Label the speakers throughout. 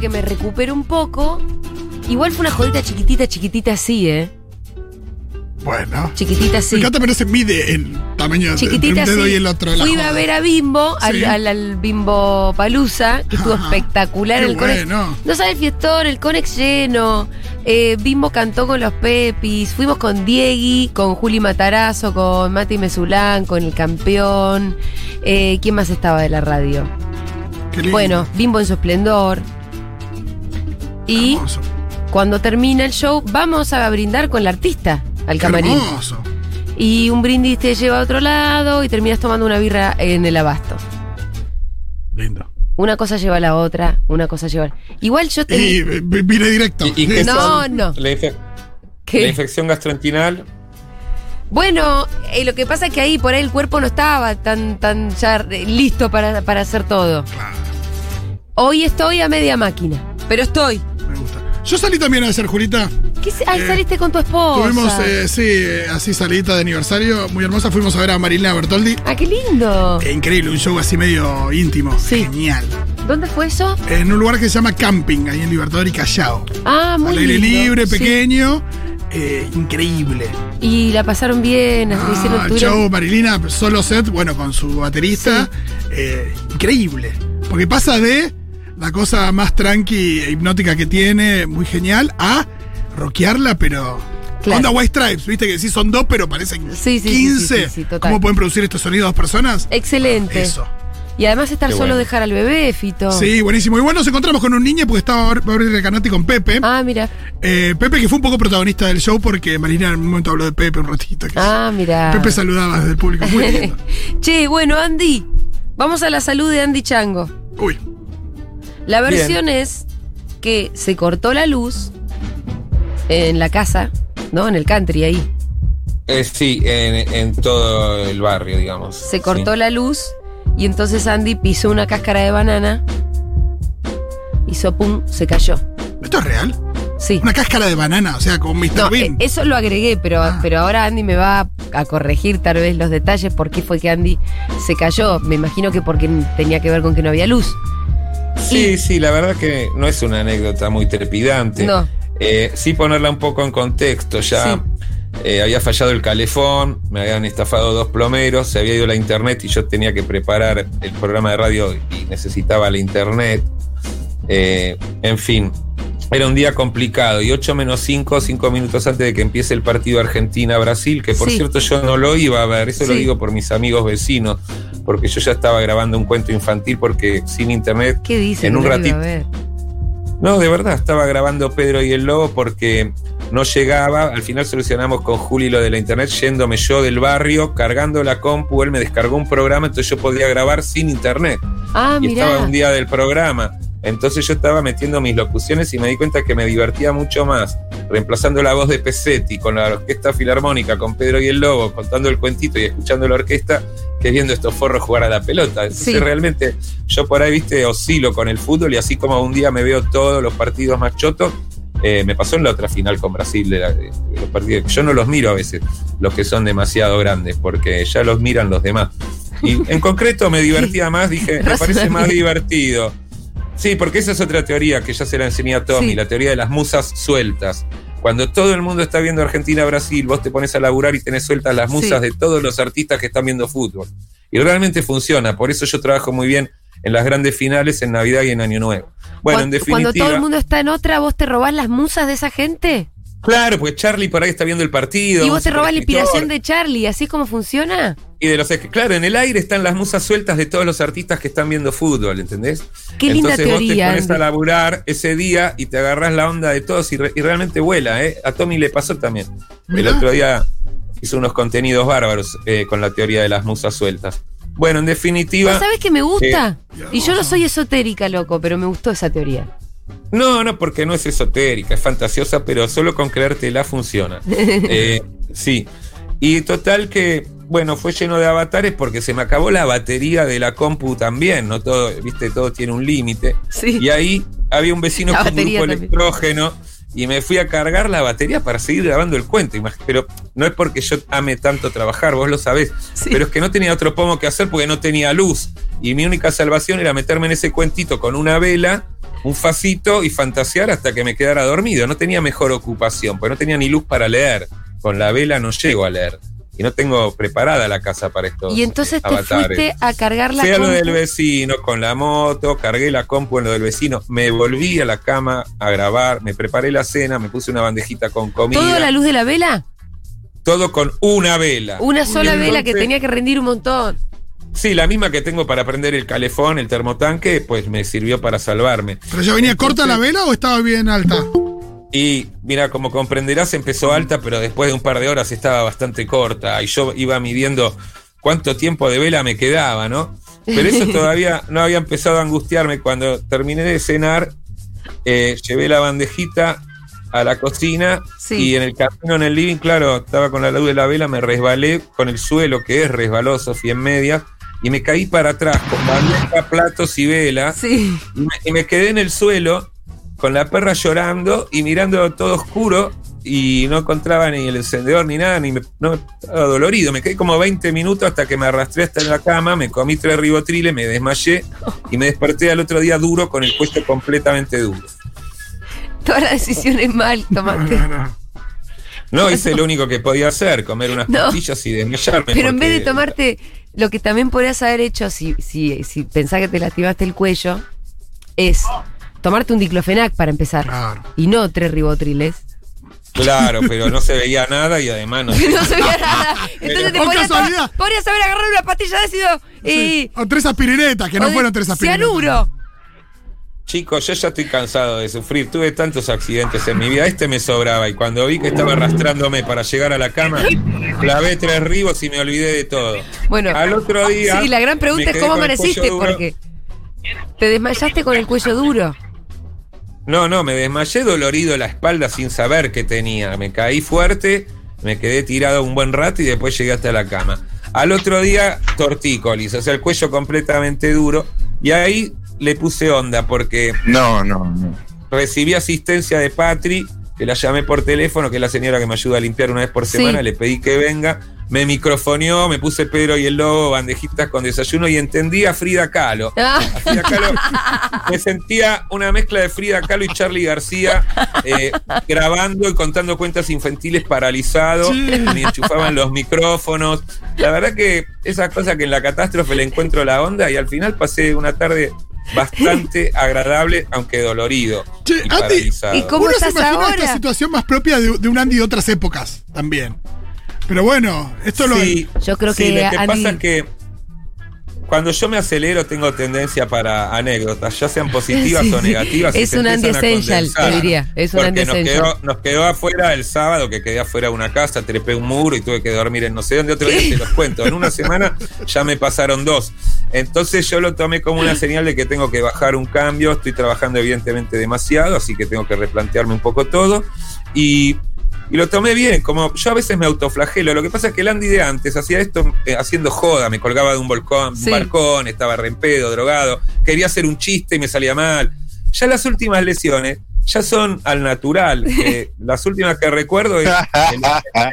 Speaker 1: recuperó un poco. Igual fue una jodita chiquitita, chiquitita así, ¿eh?
Speaker 2: Bueno.
Speaker 1: Chiquitita
Speaker 2: Me
Speaker 1: así.
Speaker 2: encanta, pero se mide el tamaño de- entre un
Speaker 1: Chiquitita
Speaker 2: dedo
Speaker 1: así.
Speaker 2: y el otro. de la
Speaker 1: Fui a
Speaker 2: joda.
Speaker 1: ver a Bimbo, al,
Speaker 2: Sí.
Speaker 1: al- al Bimbo Palusa, que estuvo
Speaker 2: Ajá.
Speaker 1: espectacular
Speaker 2: Qué
Speaker 1: el Conex.
Speaker 2: bueno.
Speaker 1: No sabe el fiestón, el Conex lleno. eh, Bimbo cantó con los Pepis. Fuimos con Diegui, con Juli Matarazo, con Mati Mesulán, con el campeón. Eh, ¿Quién más estaba de la radio?
Speaker 2: Qué lindo.
Speaker 1: Bueno, Bimbo en su esplendor. Y
Speaker 2: Hermoso.
Speaker 1: cuando termina el show, vamos a brindar con la artista al camarín.
Speaker 2: Hermoso.
Speaker 1: Y un brindis te lleva a otro lado y terminas tomando una birra en el abasto.
Speaker 2: Lindo.
Speaker 1: Una cosa lleva a la otra, una cosa lleva a la... Igual yo te...
Speaker 2: Y eh, vine directo.
Speaker 3: ¿Y- y qué
Speaker 1: No,
Speaker 3: son?
Speaker 1: no.
Speaker 3: La, infe-
Speaker 1: ¿Qué?
Speaker 3: la infección gastrointestinal.
Speaker 1: Bueno, eh, lo que pasa es que ahí por ahí el cuerpo no estaba tan, tan ya eh, listo para, para hacer todo.
Speaker 2: Claro,
Speaker 1: Hoy estoy a media máquina, pero estoy.
Speaker 2: me gusta. Yo salí también a hacer, Julita.
Speaker 1: ¿Qué se- Ay,
Speaker 2: Eh,
Speaker 1: saliste con tu esposa.
Speaker 2: Tuvimos, eh, sí, eh, así salidita de aniversario, muy hermosa. Fuimos a ver a Marilena Bertoldi.
Speaker 1: Ah, qué lindo.
Speaker 2: Eh, Increíble, un show así medio íntimo.
Speaker 1: Sí.
Speaker 2: Genial.
Speaker 1: ¿Dónde fue eso?
Speaker 2: En un lugar que se llama Camping, ahí en Libertador y Callao.
Speaker 1: Ah, muy
Speaker 2: Al aire
Speaker 1: lindo.
Speaker 2: libre,
Speaker 1: Sí.
Speaker 2: pequeño. eh, increíble.
Speaker 1: Y la pasaron bien,
Speaker 2: Ah,
Speaker 1: hicieron
Speaker 2: el
Speaker 1: tuvieron-
Speaker 2: show Marilina, solo set, bueno, con su baterista. eh, increíble. Porque pasa de la cosa más tranqui e hipnótica que tiene, muy genial, a rockearla, pero.
Speaker 1: Claro.
Speaker 2: Onda White Stripes, viste que sí son dos, pero parecen
Speaker 1: Sí, sí, sí,
Speaker 2: 15.
Speaker 1: sí, sí, sí, total.
Speaker 2: ¿Cómo pueden producir estos sonidos dos personas?
Speaker 1: Excelente.
Speaker 2: Eso.
Speaker 1: Y además estar
Speaker 3: Qué
Speaker 1: solo
Speaker 3: bueno.
Speaker 1: dejar al bebé, Fito.
Speaker 2: Sí, buenísimo. Y bueno, nos encontramos con un niño porque estaba ahora- va a abrir el canate con Pepe.
Speaker 1: Ah, mira.
Speaker 2: Eh, Pepe, que fue un poco protagonista del show porque Marina en un momento habló de Pepe un ratito. que
Speaker 1: Ah, mira.
Speaker 2: Pepe saludaba desde el público. Muy lindo.
Speaker 1: che, bueno, Andy. Vamos a la salud de Andy Chango.
Speaker 2: Uy,
Speaker 1: La
Speaker 3: Bien.
Speaker 1: versión es que se cortó la luz en la casa, ¿no? En el country ahí.
Speaker 3: Eh, sí, en, en todo el barrio, digamos.
Speaker 1: Se cortó
Speaker 3: Sí.
Speaker 1: la luz y entonces Andy pisó una cáscara de banana. Hizo pum, se cayó.
Speaker 2: ¿esto es real?
Speaker 1: Sí.
Speaker 2: Una cáscara de banana, o sea, con Mr.
Speaker 1: No, eh,
Speaker 2: Bean.
Speaker 1: eso lo agregué, pero,
Speaker 2: Ah.
Speaker 1: pero ahora Andy me va a corregir tal vez los detalles por qué fue que Andy se cayó. Me imagino que porque tenía que ver con que no había luz.
Speaker 3: Sí, sí, la verdad que no es una anécdota muy trepidante.
Speaker 1: No.
Speaker 3: Eh, sí ponerla un poco en contexto. Ya
Speaker 1: Sí.
Speaker 3: eh, había fallado el calefón, me habían estafado dos plomeros, se había ido la internet y yo tenía que preparar el programa de radio y necesitaba la internet. Eh, en fin, era un día complicado. Y 8 menos 5, 5 minutos antes de que empiece el partido Argentina-Brasil, que por
Speaker 1: Sí.
Speaker 3: cierto yo no lo iba a ver, eso lo
Speaker 1: Sí.
Speaker 3: digo por mis amigos vecinos, porque yo ya estaba grabando un cuento infantil porque sin internet
Speaker 1: ¿Qué dice?
Speaker 3: En
Speaker 1: que
Speaker 3: un
Speaker 1: no lo
Speaker 3: ratito.
Speaker 1: iba a ver?
Speaker 3: no, de verdad, estaba grabando Pedro y el Lobo porque no llegaba. Al final solucionamos con Juli lo de la internet, yéndome yo del barrio, cargando la compu, él me descargó un programa, entonces yo podía grabar sin internet.
Speaker 1: Ah,
Speaker 3: y
Speaker 1: mirá.
Speaker 3: estaba un día del programa. Entonces yo estaba metiendo mis locuciones y me di cuenta que me divertía mucho más, reemplazando la voz de Pesetti con la orquesta filarmónica, con Pedro y el Lobo, contando el cuentito y escuchando la orquesta, que viendo estos forros jugar a la pelota. Entonces
Speaker 1: Sí.
Speaker 3: realmente yo por ahí, viste, oscilo con el fútbol y así como un día me veo todos los partidos más chotos, eh, me pasó en la otra final con Brasil, de la- de los partidos. Yo no los miro a veces, los que son demasiado grandes, porque ya los miran los demás. Y en concreto me divertía más, dije, me parece más divertido. Sí, porque esa es otra teoría que ya se la enseñé a Tommy,
Speaker 1: Sí.
Speaker 3: la teoría de las musas sueltas. Cuando todo el mundo está viendo Argentina-Brasil, vos te pones a laburar y tenés sueltas las musas
Speaker 1: Sí.
Speaker 3: de todos los artistas que están viendo fútbol. Y realmente funciona, por eso yo trabajo muy bien en las grandes finales, en Navidad y en Año Nuevo. Bueno, en
Speaker 1: cuando,
Speaker 3: definitiva...
Speaker 1: cuando todo el mundo está en otra, ¿vos te robás las musas de esa gente?
Speaker 3: Claro, porque Charlie por ahí está viendo el partido.
Speaker 1: Y vos
Speaker 3: un
Speaker 1: te robás la
Speaker 3: superescritor.
Speaker 1: inspiración de Charlie, ¿así es como funciona?
Speaker 3: Y de los ex- claro, en el aire están las musas sueltas de todos los artistas que están viendo fútbol, ¿entendés?
Speaker 1: Qué linda
Speaker 3: Entonces
Speaker 1: teoría,
Speaker 3: vos te pones a
Speaker 1: Andy.
Speaker 3: laburar ese día y te agarrás la onda de todos y, re- y realmente vuela, ¿eh? A Tommy le pasó también.
Speaker 2: Mirá.
Speaker 3: El otro día hizo unos contenidos bárbaros eh, con la teoría de las musas sueltas. Bueno, en definitiva. eh,
Speaker 1: ¿Vos sabés que me gusta? Y yo no soy esotérica, loco, pero me gustó esa teoría.
Speaker 3: No, no, porque no es esotérica, es fantasiosa, pero solo con creértela funciona. Eh, sí. Y total que, bueno, fue lleno de avatares porque se me acabó la batería de la compu también, ¿no? Todo, viste, todo tiene un límite.
Speaker 1: Sí.
Speaker 3: Y ahí había un vecino
Speaker 1: La
Speaker 3: con un
Speaker 1: batería
Speaker 3: grupo
Speaker 1: también.
Speaker 3: electrógeno y me fui a cargar la batería para seguir grabando el cuento. imag- Pero no es porque yo ame tanto trabajar, vos lo sabés.
Speaker 1: Sí.
Speaker 3: Pero es que no tenía otro pomo que hacer porque no tenía luz. Y mi única salvación era meterme en ese cuentito con una vela un facito y fantasear hasta que me quedara dormido. No tenía mejor ocupación, pues no tenía ni luz para leer. Con la vela no llego a leer. Y no tengo preparada la casa para esto.
Speaker 1: Y entonces te fuiste a cargar la
Speaker 3: Fui a lo
Speaker 1: compu.
Speaker 3: del vecino con la moto, cargué la compu en lo del vecino, me volví a la cama a grabar, me preparé la cena, me puse una bandejita con comida,
Speaker 1: ¿Todo a la luz de la vela?
Speaker 3: todo con una vela.
Speaker 1: Una sola
Speaker 3: Y
Speaker 1: vela
Speaker 3: Ah.
Speaker 1: que
Speaker 3: entonces-
Speaker 1: tenía que rendir un montón.
Speaker 3: Sí, la misma que tengo para prender el calefón, el termotanque, pues me sirvió para salvarme.
Speaker 2: ¿Pero ya venía corta la vela o estaba bien alta?
Speaker 3: Y mira, como comprenderás, empezó alta, pero después de un par de horas estaba bastante corta. Y yo iba midiendo cuánto tiempo de vela me quedaba, ¿no? Pero eso todavía no había empezado a angustiarme. Cuando terminé de cenar, eh, llevé la bandejita a la cocina
Speaker 1: Sí.
Speaker 3: y en el camino en el living, claro, estaba con la luz de la vela, me resbalé con el suelo, que es resbaloso, cien medias, y me caí para atrás con bandeja, platos y vela.
Speaker 1: Sí.
Speaker 3: Y me, y me quedé en el suelo con la perra llorando y mirando todo oscuro y no encontraba ni el encendedor ni nada, ni me- no, estaba dolorido. Me quedé como 20 minutos hasta que me arrastré hasta en la cama, me comí tres ribotriles, me desmayé y me desperté al otro día duro con el cuello completamente duro.
Speaker 1: Todas las decisiones mal tomaste.
Speaker 2: No, no, no.
Speaker 3: No hice lo único que podía hacer, comer unas
Speaker 1: No.
Speaker 3: pastillas y desmayarme.
Speaker 1: Pero en
Speaker 3: porque-
Speaker 1: vez de tomarte lo que también podrías haber hecho si, si, si pensás que te lastimaste el cuello, es tomarte un diclofenac para empezar.
Speaker 2: Claro.
Speaker 1: Y no tres ribotriles.
Speaker 3: Claro, pero no se veía nada y además no
Speaker 1: no se veía nada. Entonces te
Speaker 2: Por
Speaker 1: podrías,
Speaker 2: casualidad.
Speaker 1: tomar- podrías haber agarrado una pastilla de ácido y.
Speaker 2: Sí. O tres aspirinetas, que
Speaker 1: o
Speaker 2: no
Speaker 1: de
Speaker 2: fueron tres aspirinetas.
Speaker 1: Cianuro.
Speaker 3: Chicos, yo ya estoy cansado de sufrir. Tuve tantos accidentes en mi vida. Este me sobraba. Y cuando vi que estaba arrastrándome para llegar a la cama, clavé tres ribos y me olvidé de todo.
Speaker 1: Bueno.
Speaker 3: al otro día.
Speaker 1: Sí, la gran
Speaker 3: me
Speaker 1: pregunta es
Speaker 3: quedé
Speaker 1: cómo
Speaker 3: con el
Speaker 1: amaneciste,
Speaker 3: cuello duro.
Speaker 1: porque te desmayaste con el cuello duro.
Speaker 3: No, no, me desmayé dolorido la espalda sin saber qué tenía. Me caí fuerte, me quedé tirado un buen rato y después llegué hasta la cama. Al otro día, tortícolis, o sea, el cuello completamente duro. Y ahí le puse onda porque
Speaker 4: No, no, no.
Speaker 3: recibí asistencia de Patri, que la llamé por teléfono, que es la señora que me ayuda a limpiar una vez por
Speaker 1: Sí.
Speaker 3: semana, le pedí que venga, me microfoneó, me puse Pedro y el Lobo, bandejitas con desayuno y entendí a Frida Kahlo.
Speaker 1: Ah,
Speaker 3: A Frida Kahlo me sentía una mezcla de Frida Kahlo y Charlie García eh, grabando y contando cuentas infantiles paralizado,
Speaker 2: Sí.
Speaker 3: me enchufaban los micrófonos. La verdad que esas cosas que en la catástrofe le encuentro la onda y al final pasé una tarde bastante agradable, aunque dolorido
Speaker 2: Che,
Speaker 3: y
Speaker 2: Andy,
Speaker 3: paralizado.
Speaker 1: ¿y cómo
Speaker 2: Uno se
Speaker 1: estás
Speaker 2: imagina
Speaker 1: ahora?
Speaker 2: esta situación más propia de, de un Andy de otras épocas también. Pero bueno, esto
Speaker 3: Sí,
Speaker 1: Yo creo
Speaker 3: sí,
Speaker 1: que
Speaker 3: lo que
Speaker 1: Andy-
Speaker 3: pasa es que cuando yo me acelero tengo tendencia para anécdotas, ya sean positivas
Speaker 1: Sí,
Speaker 3: o
Speaker 1: sí.
Speaker 3: negativas. y
Speaker 1: Es
Speaker 3: se
Speaker 1: un Andy
Speaker 3: empiezan a
Speaker 1: Essential, te
Speaker 3: condensar.
Speaker 1: diría. Es un
Speaker 3: Porque
Speaker 1: Andy
Speaker 3: nos
Speaker 1: Essential.
Speaker 3: quedó, nos quedó afuera el sábado, que quedé afuera de una casa, trepé un muro y tuve que dormir en no sé dónde. Otro día te los cuento. En una semana ya me pasaron dos. Entonces yo lo tomé como una señal de que tengo que bajar un cambio. Estoy trabajando evidentemente demasiado, así que tengo que replantearme un poco todo. Y, y lo tomé bien, como yo a veces me autoflagelo. Lo que pasa es que el Andy de antes hacía esto eh, haciendo joda, me colgaba de un volcón,
Speaker 1: Sí.
Speaker 3: un balcón, estaba re en pedo, drogado, quería hacer un chiste y me salía mal. Ya las últimas lesiones ya son al natural. eh, las últimas que recuerdo es el,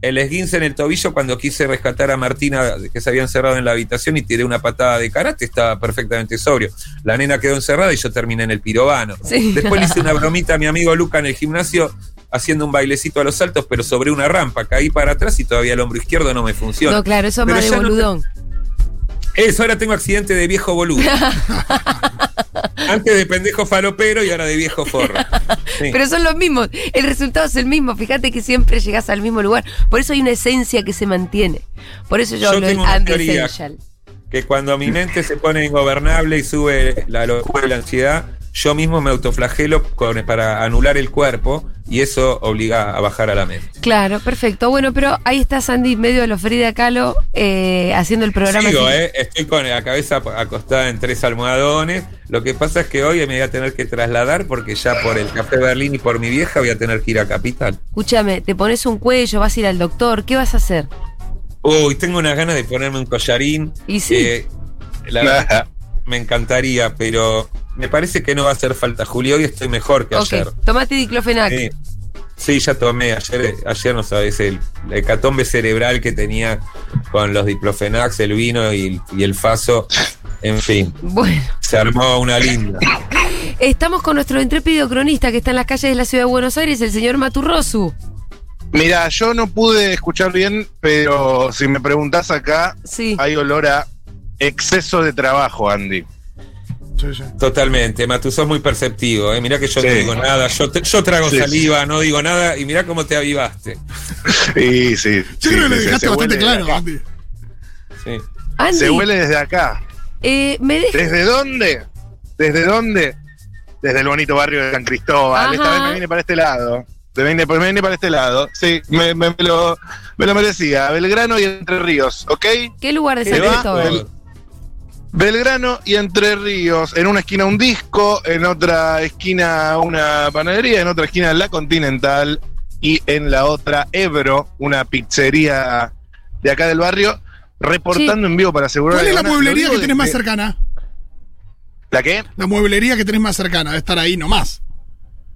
Speaker 3: el esguince en el tobillo cuando quise rescatar a Martina que se había encerrado en la habitación y tiré una patada de karate, estaba perfectamente sobrio. La nena quedó encerrada y yo terminé en el pirobano.
Speaker 1: Sí.
Speaker 3: Después le hice una bromita a mi amigo Luca en el gimnasio haciendo un bailecito a los saltos, pero sobre una rampa. Caí para atrás y todavía el hombro izquierdo no me funciona.
Speaker 1: No, claro, eso es
Speaker 3: Pero
Speaker 1: más de
Speaker 3: ya no-
Speaker 1: boludón.
Speaker 3: Eso, ahora tengo accidente de viejo boludo. Antes de pendejo falopero y ahora de viejo forro. Sí.
Speaker 1: Pero son los mismos. El resultado es el mismo. Fíjate que siempre llegás al mismo lugar. Por eso hay una esencia que se mantiene. Por eso yo,
Speaker 3: Yo
Speaker 1: hablo del
Speaker 3: tengo una
Speaker 1: Andy
Speaker 3: teoría.
Speaker 1: Essential.
Speaker 3: que cuando mi mente se pone ingobernable y sube la locura y la ansiedad, yo mismo me autoflagelo con- para anular el cuerpo y eso obliga a bajar a la mente.
Speaker 1: Claro, perfecto. Bueno, pero ahí está Sandy medio de los Frida Kahlo eh, haciendo el programa.
Speaker 3: Sigo,
Speaker 1: así.
Speaker 3: eh, estoy con la cabeza acostada en tres almohadones. Lo que pasa es que hoy me voy a tener que trasladar porque ya por el Café Berlín y por mi vieja voy a tener que ir a Capital.
Speaker 1: Escúchame, te pones un cuello, vas a ir al doctor, ¿qué vas a hacer?
Speaker 3: Uy, tengo unas ganas de ponerme un collarín.
Speaker 1: Y sí.
Speaker 3: Eh, la verdad, me encantaría, pero me parece que no va a hacer falta. Julio, hoy estoy mejor que
Speaker 1: Ok,
Speaker 3: ayer.
Speaker 1: tomate diclofenac.
Speaker 3: Sí. Sí, ya tomé. Ayer, ayer no sabes, el, la hecatombe cerebral que tenía con los diplofenax, el vino y, y el faso. En fin,
Speaker 1: Bueno,
Speaker 3: se armó una linda.
Speaker 1: Estamos con nuestro intrépido cronista que está en las calles de la ciudad de Buenos Aires, el señor Maturrosu.
Speaker 4: Mira, yo no pude escuchar bien, pero si me preguntás acá,
Speaker 1: Sí.
Speaker 4: hay olor a exceso de trabajo, Andy.
Speaker 2: Sí, sí.
Speaker 3: Totalmente, Matu, sos muy perceptivo. ¿eh? Mirá que yo no
Speaker 4: Sí.
Speaker 3: digo nada, yo, te- yo trago
Speaker 4: Sí.
Speaker 3: saliva, no digo nada, y mirá cómo te avivaste.
Speaker 4: Sí, sí.
Speaker 2: Yo
Speaker 4: sí,
Speaker 2: creo que lo
Speaker 4: se- se
Speaker 2: dejaste
Speaker 4: huele
Speaker 2: bastante
Speaker 4: desde
Speaker 2: claro,
Speaker 4: acá.
Speaker 2: Andy.
Speaker 3: Sí.
Speaker 1: Andy,
Speaker 4: Se huele desde acá.
Speaker 1: eh, me deja-
Speaker 4: ¿Desde dónde? ¿Desde dónde? Desde el bonito barrio de San Cristóbal.
Speaker 1: Ajá.
Speaker 4: Esta vez me vine para este lado. Me vine, me vine para este lado. Sí, me, me- me lo, me lo merecía. Belgrano y Entre Ríos, ¿ok?
Speaker 1: ¿Qué lugar de
Speaker 4: ¿Te
Speaker 1: San
Speaker 4: va?
Speaker 1: Cristóbal?
Speaker 4: Belgrano y Entre Ríos. En una esquina un disco, en otra esquina una panadería, en otra esquina la Continental y en la otra Ebro, una pizzería de acá del barrio, reportando en vivo para asegurar.
Speaker 2: ¿Cuál es la
Speaker 4: Habana.
Speaker 2: mueblería
Speaker 4: Lo
Speaker 2: que
Speaker 4: digo
Speaker 2: tenés más
Speaker 4: desde-
Speaker 2: cercana?
Speaker 4: ¿La qué?
Speaker 2: La mueblería que tenés más cercana, debe estar ahí nomás.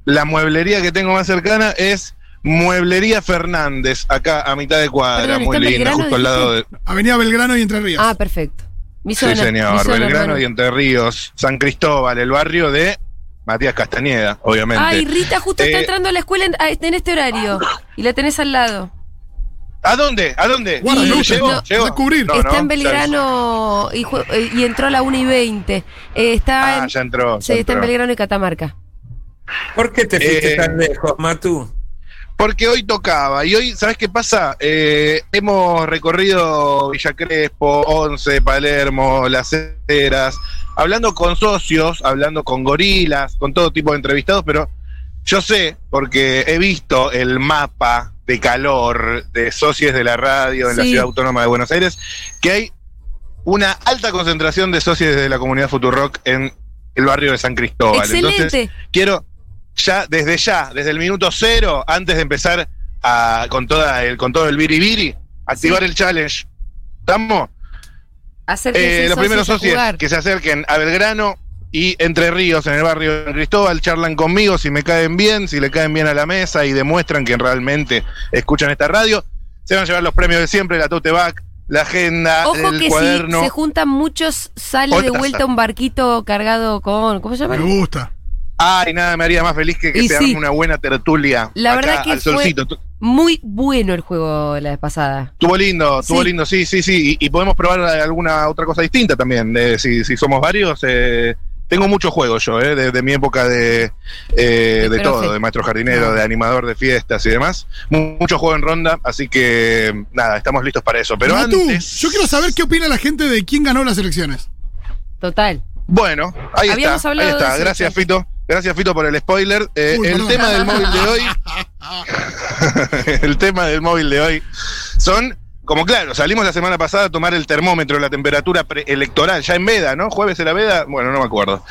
Speaker 4: La mueblería que tengo más cercana es Mueblería Fernández, acá a mitad de cuadra,
Speaker 1: Perdón,
Speaker 4: muy
Speaker 1: ¿está en
Speaker 4: linda,
Speaker 1: Belgrano,
Speaker 4: justo al lado de.
Speaker 2: Avenida Belgrano y Entre Ríos.
Speaker 1: Ah, perfecto. Mi
Speaker 4: Sí,
Speaker 1: zona, mi
Speaker 4: señor,
Speaker 1: zona,
Speaker 4: Belgrano
Speaker 1: hermano.
Speaker 4: y Entre Ríos, San Cristóbal, el barrio de Matías Castañeda, obviamente.
Speaker 1: Ay, Rita justo está
Speaker 4: Eh, Ah.
Speaker 1: entrando a la escuela en, a- en este horario y la tenés al lado.
Speaker 4: ¿A dónde? ¿A dónde?
Speaker 2: Guarda,
Speaker 1: no,
Speaker 4: ¿Llegó?
Speaker 1: no.
Speaker 4: ¿Llegó?
Speaker 2: Va a cubrir.
Speaker 4: No,
Speaker 1: está
Speaker 4: no,
Speaker 1: en Belgrano y, jue- eh, y entró a la 1 y 20. Eh, está
Speaker 4: Ya, ah,
Speaker 1: en,
Speaker 4: ya entró.
Speaker 1: sí,
Speaker 4: ya
Speaker 1: está en
Speaker 4: entró.
Speaker 1: Belgrano y Catamarca.
Speaker 3: ¿Por qué te fuiste
Speaker 4: Eh,
Speaker 3: tan lejos, Matu?
Speaker 4: Porque hoy tocaba y hoy, ¿sabes qué pasa? Eh, hemos recorrido Villa Crespo, 11, Palermo, Las Heras, hablando con socios, hablando con gorilas, con todo tipo de entrevistados, pero yo sé, porque he visto el mapa de calor de socios de la radio en la
Speaker 1: Sí.
Speaker 4: ciudad autónoma de Buenos Aires, que hay una alta concentración de socios de la comunidad Futurock en el barrio de San Cristóbal. Entonces,
Speaker 1: Excelente.
Speaker 4: quiero ya desde ya, desde el minuto cero, antes de empezar a- con toda el con todo el biribiri, activar el challenge. ¿Estamos?
Speaker 1: Acérquense
Speaker 4: Eh, los
Speaker 1: socios
Speaker 4: primeros
Speaker 1: a
Speaker 4: socios
Speaker 1: jugar.
Speaker 4: que se acerquen a Belgrano y Entre Ríos en el barrio de San Cristóbal charlan conmigo si me caen bien, si le caen bien a la mesa y demuestran que realmente escuchan esta radio. Se van a llevar los premios de siempre, la tote bag, la agenda,
Speaker 1: Ojo
Speaker 4: el
Speaker 1: que
Speaker 4: cuaderno.
Speaker 1: si se juntan muchos, sale de
Speaker 4: Otra
Speaker 1: vuelta
Speaker 4: taza.
Speaker 1: un barquito cargado con. ¿Cómo se
Speaker 2: Me
Speaker 1: llama?
Speaker 2: gusta.
Speaker 4: Ay, nada me haría más feliz que, que
Speaker 1: Y
Speaker 4: se
Speaker 1: sí.
Speaker 4: arme una buena tertulia.
Speaker 1: La
Speaker 4: acá
Speaker 1: verdad que
Speaker 4: al
Speaker 1: fue-
Speaker 4: solcito.
Speaker 1: Muy bueno el juego la vez pasada.
Speaker 4: Estuvo lindo, estuvo
Speaker 1: Sí.
Speaker 4: lindo, sí, sí, sí. Y, y podemos probar alguna otra cosa distinta también. eh, si, si somos varios, eh, tengo muchos juegos yo, eh, de, de mi época de, eh, de
Speaker 1: profe.
Speaker 4: todo, de maestro jardinero,
Speaker 1: Ah.
Speaker 4: de animador de fiestas y demás. Mu- Mucho juego en ronda, así que nada, estamos listos para eso. Pero
Speaker 2: Matu,
Speaker 4: antes.
Speaker 2: yo quiero saber qué opina la gente de quién ganó las elecciones.
Speaker 1: Total.
Speaker 4: Bueno, ahí
Speaker 1: Habíamos
Speaker 4: está.
Speaker 1: hablado
Speaker 4: Ahí
Speaker 1: de
Speaker 4: está.
Speaker 1: eso,
Speaker 4: Gracias,
Speaker 1: sí.
Speaker 4: Fito. Gracias, Fito, por el spoiler. Eh,
Speaker 2: Uy,
Speaker 4: el
Speaker 2: perdón.
Speaker 4: tema del móvil de hoy. el tema del móvil de hoy son, como claro, salimos la semana pasada a tomar el termómetro, la temperatura preelectoral, ya en veda, ¿no? Jueves en la veda, bueno, no me acuerdo.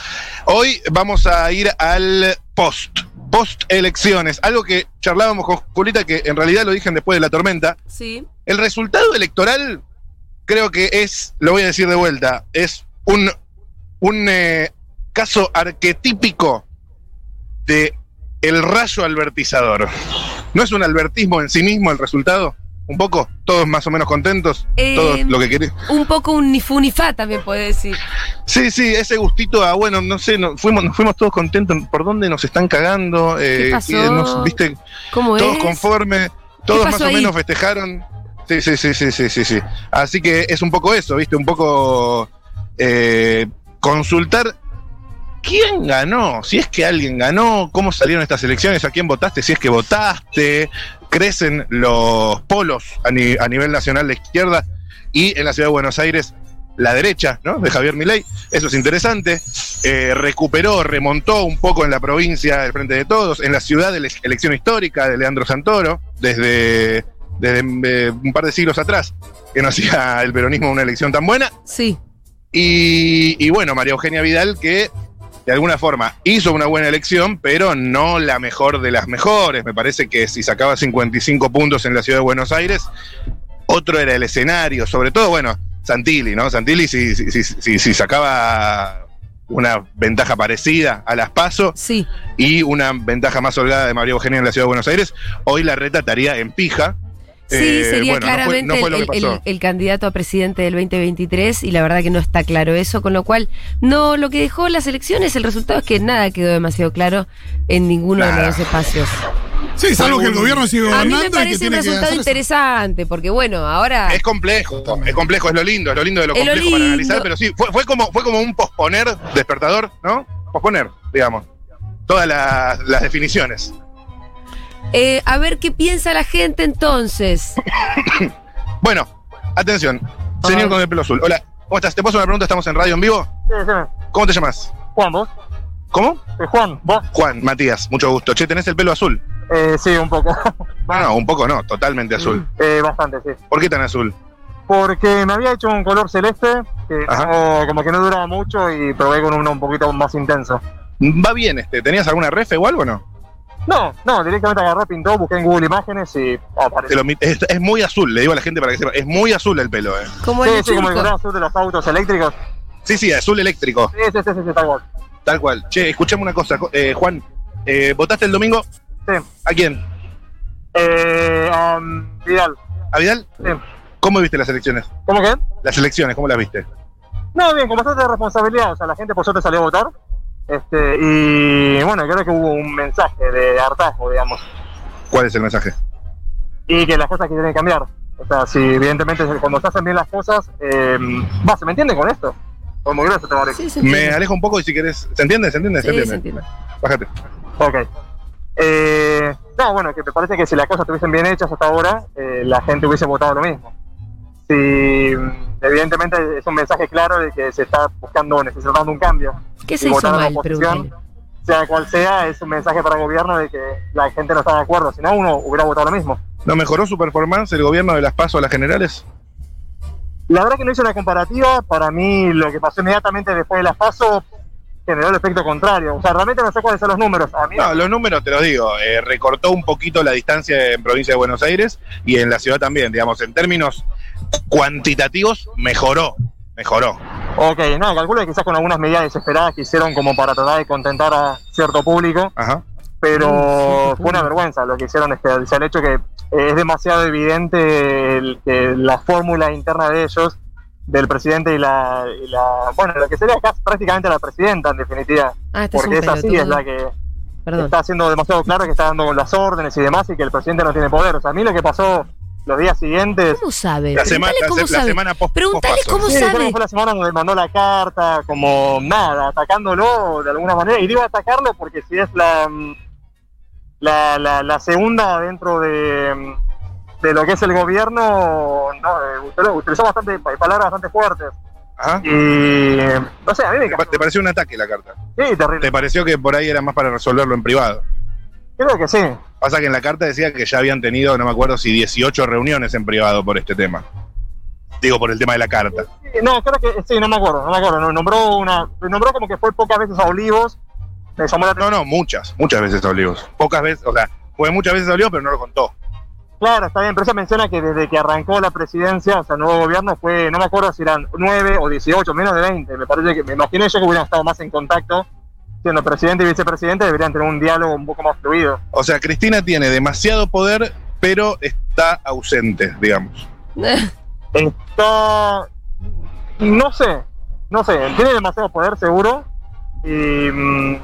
Speaker 4: Hoy vamos a ir al post, post elecciones, algo que charlábamos con Julita, que en realidad lo dije en después de la tormenta.
Speaker 1: Sí.
Speaker 4: El resultado electoral creo que es, lo voy a decir de vuelta, es un, un eh, caso arquetípico de el rayo albertizador. ¿No es un albertismo en sí mismo el resultado? Un poco, todos más o menos contentos,
Speaker 1: Eh,
Speaker 4: todos lo que querés.
Speaker 1: Un poco un ni fu ni fa también puede decir.
Speaker 4: Sí, sí, ese gustito a, bueno, no sé, no- fuimos, nos fuimos todos contentos, ¿por dónde nos están cagando? Eh,
Speaker 1: pasó?
Speaker 4: eh, nos- ¿Viste?
Speaker 1: ¿Cómo
Speaker 4: todos
Speaker 1: es?
Speaker 4: conformes, todos
Speaker 1: pasó
Speaker 4: más o
Speaker 1: ahí?
Speaker 4: menos festejaron. Sí, sí, sí, sí, sí, sí, sí. Así que es un poco eso, ¿viste? Un poco eh, consultar quién ganó, si es que alguien ganó, cómo salieron estas elecciones, a quién votaste, si es que votaste, crecen los polos a, ni- a nivel nacional la izquierda y en la ciudad de Buenos Aires la derecha, ¿no? De Javier Milei, eso es interesante. Eh, recuperó, remontó un poco en la provincia del Frente de Todos, en la ciudad de la elección histórica de Leandro Santoro, desde, desde eh, un par de siglos atrás, que no hacía el peronismo una elección tan buena.
Speaker 1: Sí.
Speaker 4: Y, y bueno, María Eugenia Vidal que de alguna forma hizo una buena elección, pero no la mejor de las mejores. Me parece que si sacaba 55 puntos en la ciudad de Buenos Aires, otro era el escenario, sobre todo, bueno, Santilli, ¿no? Santilli si, si- si- si- si sacaba una ventaja parecida a las PASO,
Speaker 1: Sí.
Speaker 4: y una ventaja más holgada de María Eugenia en la ciudad de Buenos Aires, hoy la reta estaría en pija.
Speaker 1: Sí,
Speaker 4: Eh, bueno, no
Speaker 1: sería
Speaker 4: fue-
Speaker 1: claramente
Speaker 4: no fue lo
Speaker 1: el,
Speaker 4: que pasó.
Speaker 1: el- el candidato a presidente del 2023 y la verdad que no está claro eso, con lo cual no lo que dejó las elecciones, el resultado es que nada quedó demasiado claro en ninguno de
Speaker 4: Nada.
Speaker 1: los dos espacios.
Speaker 2: Sí, salvo que el gobierno sigue
Speaker 1: A mí
Speaker 2: gobernando y
Speaker 1: me
Speaker 2: que
Speaker 1: parece un
Speaker 2: tiene que
Speaker 1: resultado
Speaker 2: hacer eso.
Speaker 1: interesante, porque bueno, ahora
Speaker 4: Es complejo, es complejo, es lo lindo, es lo lindo de lo
Speaker 1: Es lo
Speaker 4: complejo para
Speaker 1: lindo.
Speaker 4: analizar, pero sí, fue, fue como, fue como un posponer despertador, ¿no? Posponer, digamos, todas las, las definiciones.
Speaker 1: eh, a ver qué piensa la gente entonces.
Speaker 4: Bueno, atención, señor con el pelo azul. Hola, ¿cómo estás? ¿Te puedo hacer una pregunta? ¿Estamos en radio en vivo? ¿Cómo te llamas?
Speaker 5: Juan, ¿vos?
Speaker 4: ¿Cómo?
Speaker 5: Eh, Juan, ¿vos?
Speaker 4: Juan, Matías, mucho gusto. Che, ¿tenés el pelo azul?
Speaker 5: Eh, sí, un poco.
Speaker 4: No, no, un poco no, totalmente azul.
Speaker 5: Eh, bastante, sí.
Speaker 4: ¿Por qué tan azul?
Speaker 5: Porque me había hecho un color celeste que
Speaker 4: Ajá.
Speaker 5: no- como que no duraba mucho y probé con uno un poquito más intenso.
Speaker 4: Va bien este, ¿tenías alguna refe o algo o no?
Speaker 5: No, no, directamente agarré, pintó, busqué en Google Imágenes y
Speaker 4: Te
Speaker 5: apareció.
Speaker 4: lo mi- es, es muy azul, le digo a la gente para que sepa, es muy azul el pelo, eh.
Speaker 1: Como
Speaker 5: Sí,
Speaker 1: el
Speaker 5: sí, como el
Speaker 1: churco.
Speaker 5: color azul de los autos eléctricos.
Speaker 4: Sí, sí, azul eléctrico.
Speaker 5: Sí, sí, sí, sí, sí, tal cual.
Speaker 4: Tal cual. Che, escuchame una cosa, co- eh, Juan. eh, ¿Votaste el domingo?
Speaker 5: Sí.
Speaker 4: ¿A quién?
Speaker 5: Eh, um, Vidal,
Speaker 4: ¿A Vidal?
Speaker 5: Sí.
Speaker 4: ¿Cómo viste las elecciones?
Speaker 5: ¿cómo que?
Speaker 4: Las elecciones, ¿cómo las viste?
Speaker 5: No, bien, con bastante responsabilidad. O sea, la gente por suerte salió a votar. Este, y bueno, creo que hubo un mensaje de hartazgo, digamos.
Speaker 4: ¿Cuál es el mensaje?
Speaker 5: y que las cosas que tienen que cambiar. O sea, si evidentemente cuando se hacen bien las cosas, eh, va, ¿se me entiende con esto? O muy grueso, te parece.
Speaker 1: Sí, se
Speaker 4: Me
Speaker 1: entiende.
Speaker 4: alejo un poco y si querés. ¿Se entiende? ¿Se entiende?
Speaker 1: Sí,
Speaker 4: ¿Se entiende?
Speaker 1: se entiende.
Speaker 4: Bájate.
Speaker 5: Ok. Eh, no, bueno, que me parece que si las cosas estuviesen bien hechas hasta ahora, eh, la gente hubiese votado lo mismo. Si, mm, evidentemente es un mensaje claro de que se está buscando, necesitando un cambio,
Speaker 1: ¿Qué
Speaker 5: y
Speaker 1: se hizo
Speaker 5: votaron
Speaker 1: mal?
Speaker 5: la oposición.
Speaker 1: Pregúntale.
Speaker 5: sea cual sea, es un mensaje para el gobierno de que la gente no está de acuerdo, si no, uno hubiera votado lo mismo.
Speaker 4: ¿No mejoró su performance el gobierno de las PASO a las generales?
Speaker 5: La verdad que no hice una comparativa, para mí lo que pasó inmediatamente después de las PASO generó el efecto contrario. O sea, realmente no sé cuáles son los números. A mí
Speaker 4: No, los números te los digo. eh, recortó un poquito la distancia en provincia de Buenos Aires y en la ciudad también. Digamos, en términos cuantitativos, mejoró. Mejoró.
Speaker 5: Ok, no, calculo que quizás con algunas medidas desesperadas que hicieron como para tratar de contentar a cierto público,
Speaker 4: Ajá.
Speaker 5: pero
Speaker 1: Mm, sí,
Speaker 5: fue una
Speaker 1: sí.
Speaker 5: vergüenza lo que hicieron. Este, o sea, el hecho que eh, es demasiado evidente el- que la fórmula interna de ellos, del presidente y la, y la- Bueno, lo que sería casi prácticamente la presidenta, en definitiva,
Speaker 1: Ah, este
Speaker 5: porque
Speaker 1: es
Speaker 5: es
Speaker 1: un
Speaker 5: así, es
Speaker 1: pelotudo.
Speaker 5: la que...
Speaker 1: Perdón.
Speaker 5: está haciendo demasiado claro que está dando las órdenes y demás y que el presidente no tiene poder. O sea, a mí lo que pasó los días siguientes.
Speaker 1: ¿Cómo sabe?
Speaker 4: La, semana
Speaker 1: Pregúntale
Speaker 4: la,
Speaker 1: cómo
Speaker 4: se- la
Speaker 1: sabe.
Speaker 4: semana post-
Speaker 1: Pregúntale
Speaker 4: post-PASO.
Speaker 1: cómo
Speaker 5: Sí,
Speaker 1: sabe.
Speaker 5: creo que fue la semana donde mandó la carta, como nada, atacándolo de alguna manera. Y digo atacarlo porque si es la, mm, la, la, la segunda dentro de, mm, de lo que es el gobierno, no, eh, utilizó- utilizó bastante pa- palabras bastante fuertes.
Speaker 4: Ajá.
Speaker 5: Y no sé, a mí me
Speaker 4: ¿Te pa-
Speaker 5: cansó.
Speaker 4: te pareció un ataque la carta?
Speaker 5: Sí, terrible.
Speaker 4: ¿Te pareció que por ahí era más para resolverlo en privado?
Speaker 5: Creo que sí.
Speaker 4: Pasa que en la carta decía que ya habían tenido, no me acuerdo si 18 reuniones en privado por este tema. Digo, por el tema de la carta.
Speaker 5: Sí, No, creo que sí, no me acuerdo, no me acuerdo. No, nombró una, nombró como que fue pocas veces a Olivos. Me llamó la
Speaker 4: No,
Speaker 5: atención.
Speaker 4: no, muchas, muchas veces a Olivos. Pocas veces, o sea, fue muchas veces a Olivos, pero no lo contó.
Speaker 5: Claro, está bien, pero ella menciona que desde que arrancó la presidencia, o sea, el nuevo gobierno fue, no me acuerdo si eran 9 o 18, menos de 20. Me parece que, me imaginé yo que hubieran estado más en contacto. Siendo presidente y vicepresidente deberían tener un diálogo un poco más fluido.
Speaker 4: O sea, Cristina tiene demasiado poder, pero está ausente, digamos.
Speaker 5: Está. No sé, no sé, tiene demasiado poder seguro. Y. mm,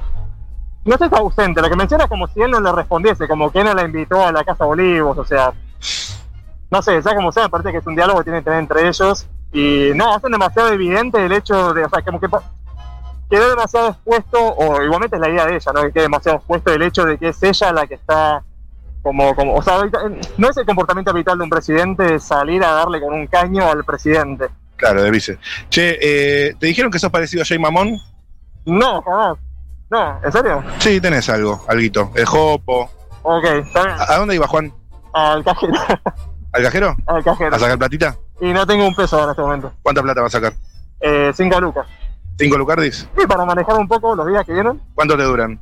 Speaker 5: no sé, está ausente. Lo que menciona es como si él no le respondiese, como que él no la invitó a la Casa Olivos, o sea. No sé, ya como sea, me parece que es un diálogo que tienen que tener entre ellos. Y no, hacen demasiado evidente el hecho de. O sea, como que. pa- Quedó demasiado expuesto, o igualmente es la idea de ella, ¿no? Que quede demasiado expuesto el hecho de que es ella la que está como, como, o sea, ahorita, eh, no es el comportamiento habitual de un presidente de salir a darle con un caño al presidente.
Speaker 4: Claro, de vice. Che, eh, ¿te dijeron que sos parecido a Jay Mamón?
Speaker 5: No, jamás. No, ¿en serio?
Speaker 4: Sí, tenés algo, alguito. El jopo.
Speaker 5: Ok, está bien.
Speaker 4: ¿A, a dónde iba Juan?
Speaker 5: Al cajero,
Speaker 4: ¿Al cajero?
Speaker 5: al
Speaker 4: ¿A
Speaker 5: cajero.
Speaker 4: sacar platita?
Speaker 5: Y no tengo un peso ahora en este momento.
Speaker 4: ¿Cuánta plata va a sacar?
Speaker 5: Eh, cinco lucas.
Speaker 4: ¿Cinco lucardis?
Speaker 5: Y para manejar un poco los días que vienen,
Speaker 4: ¿Cuánto te duran?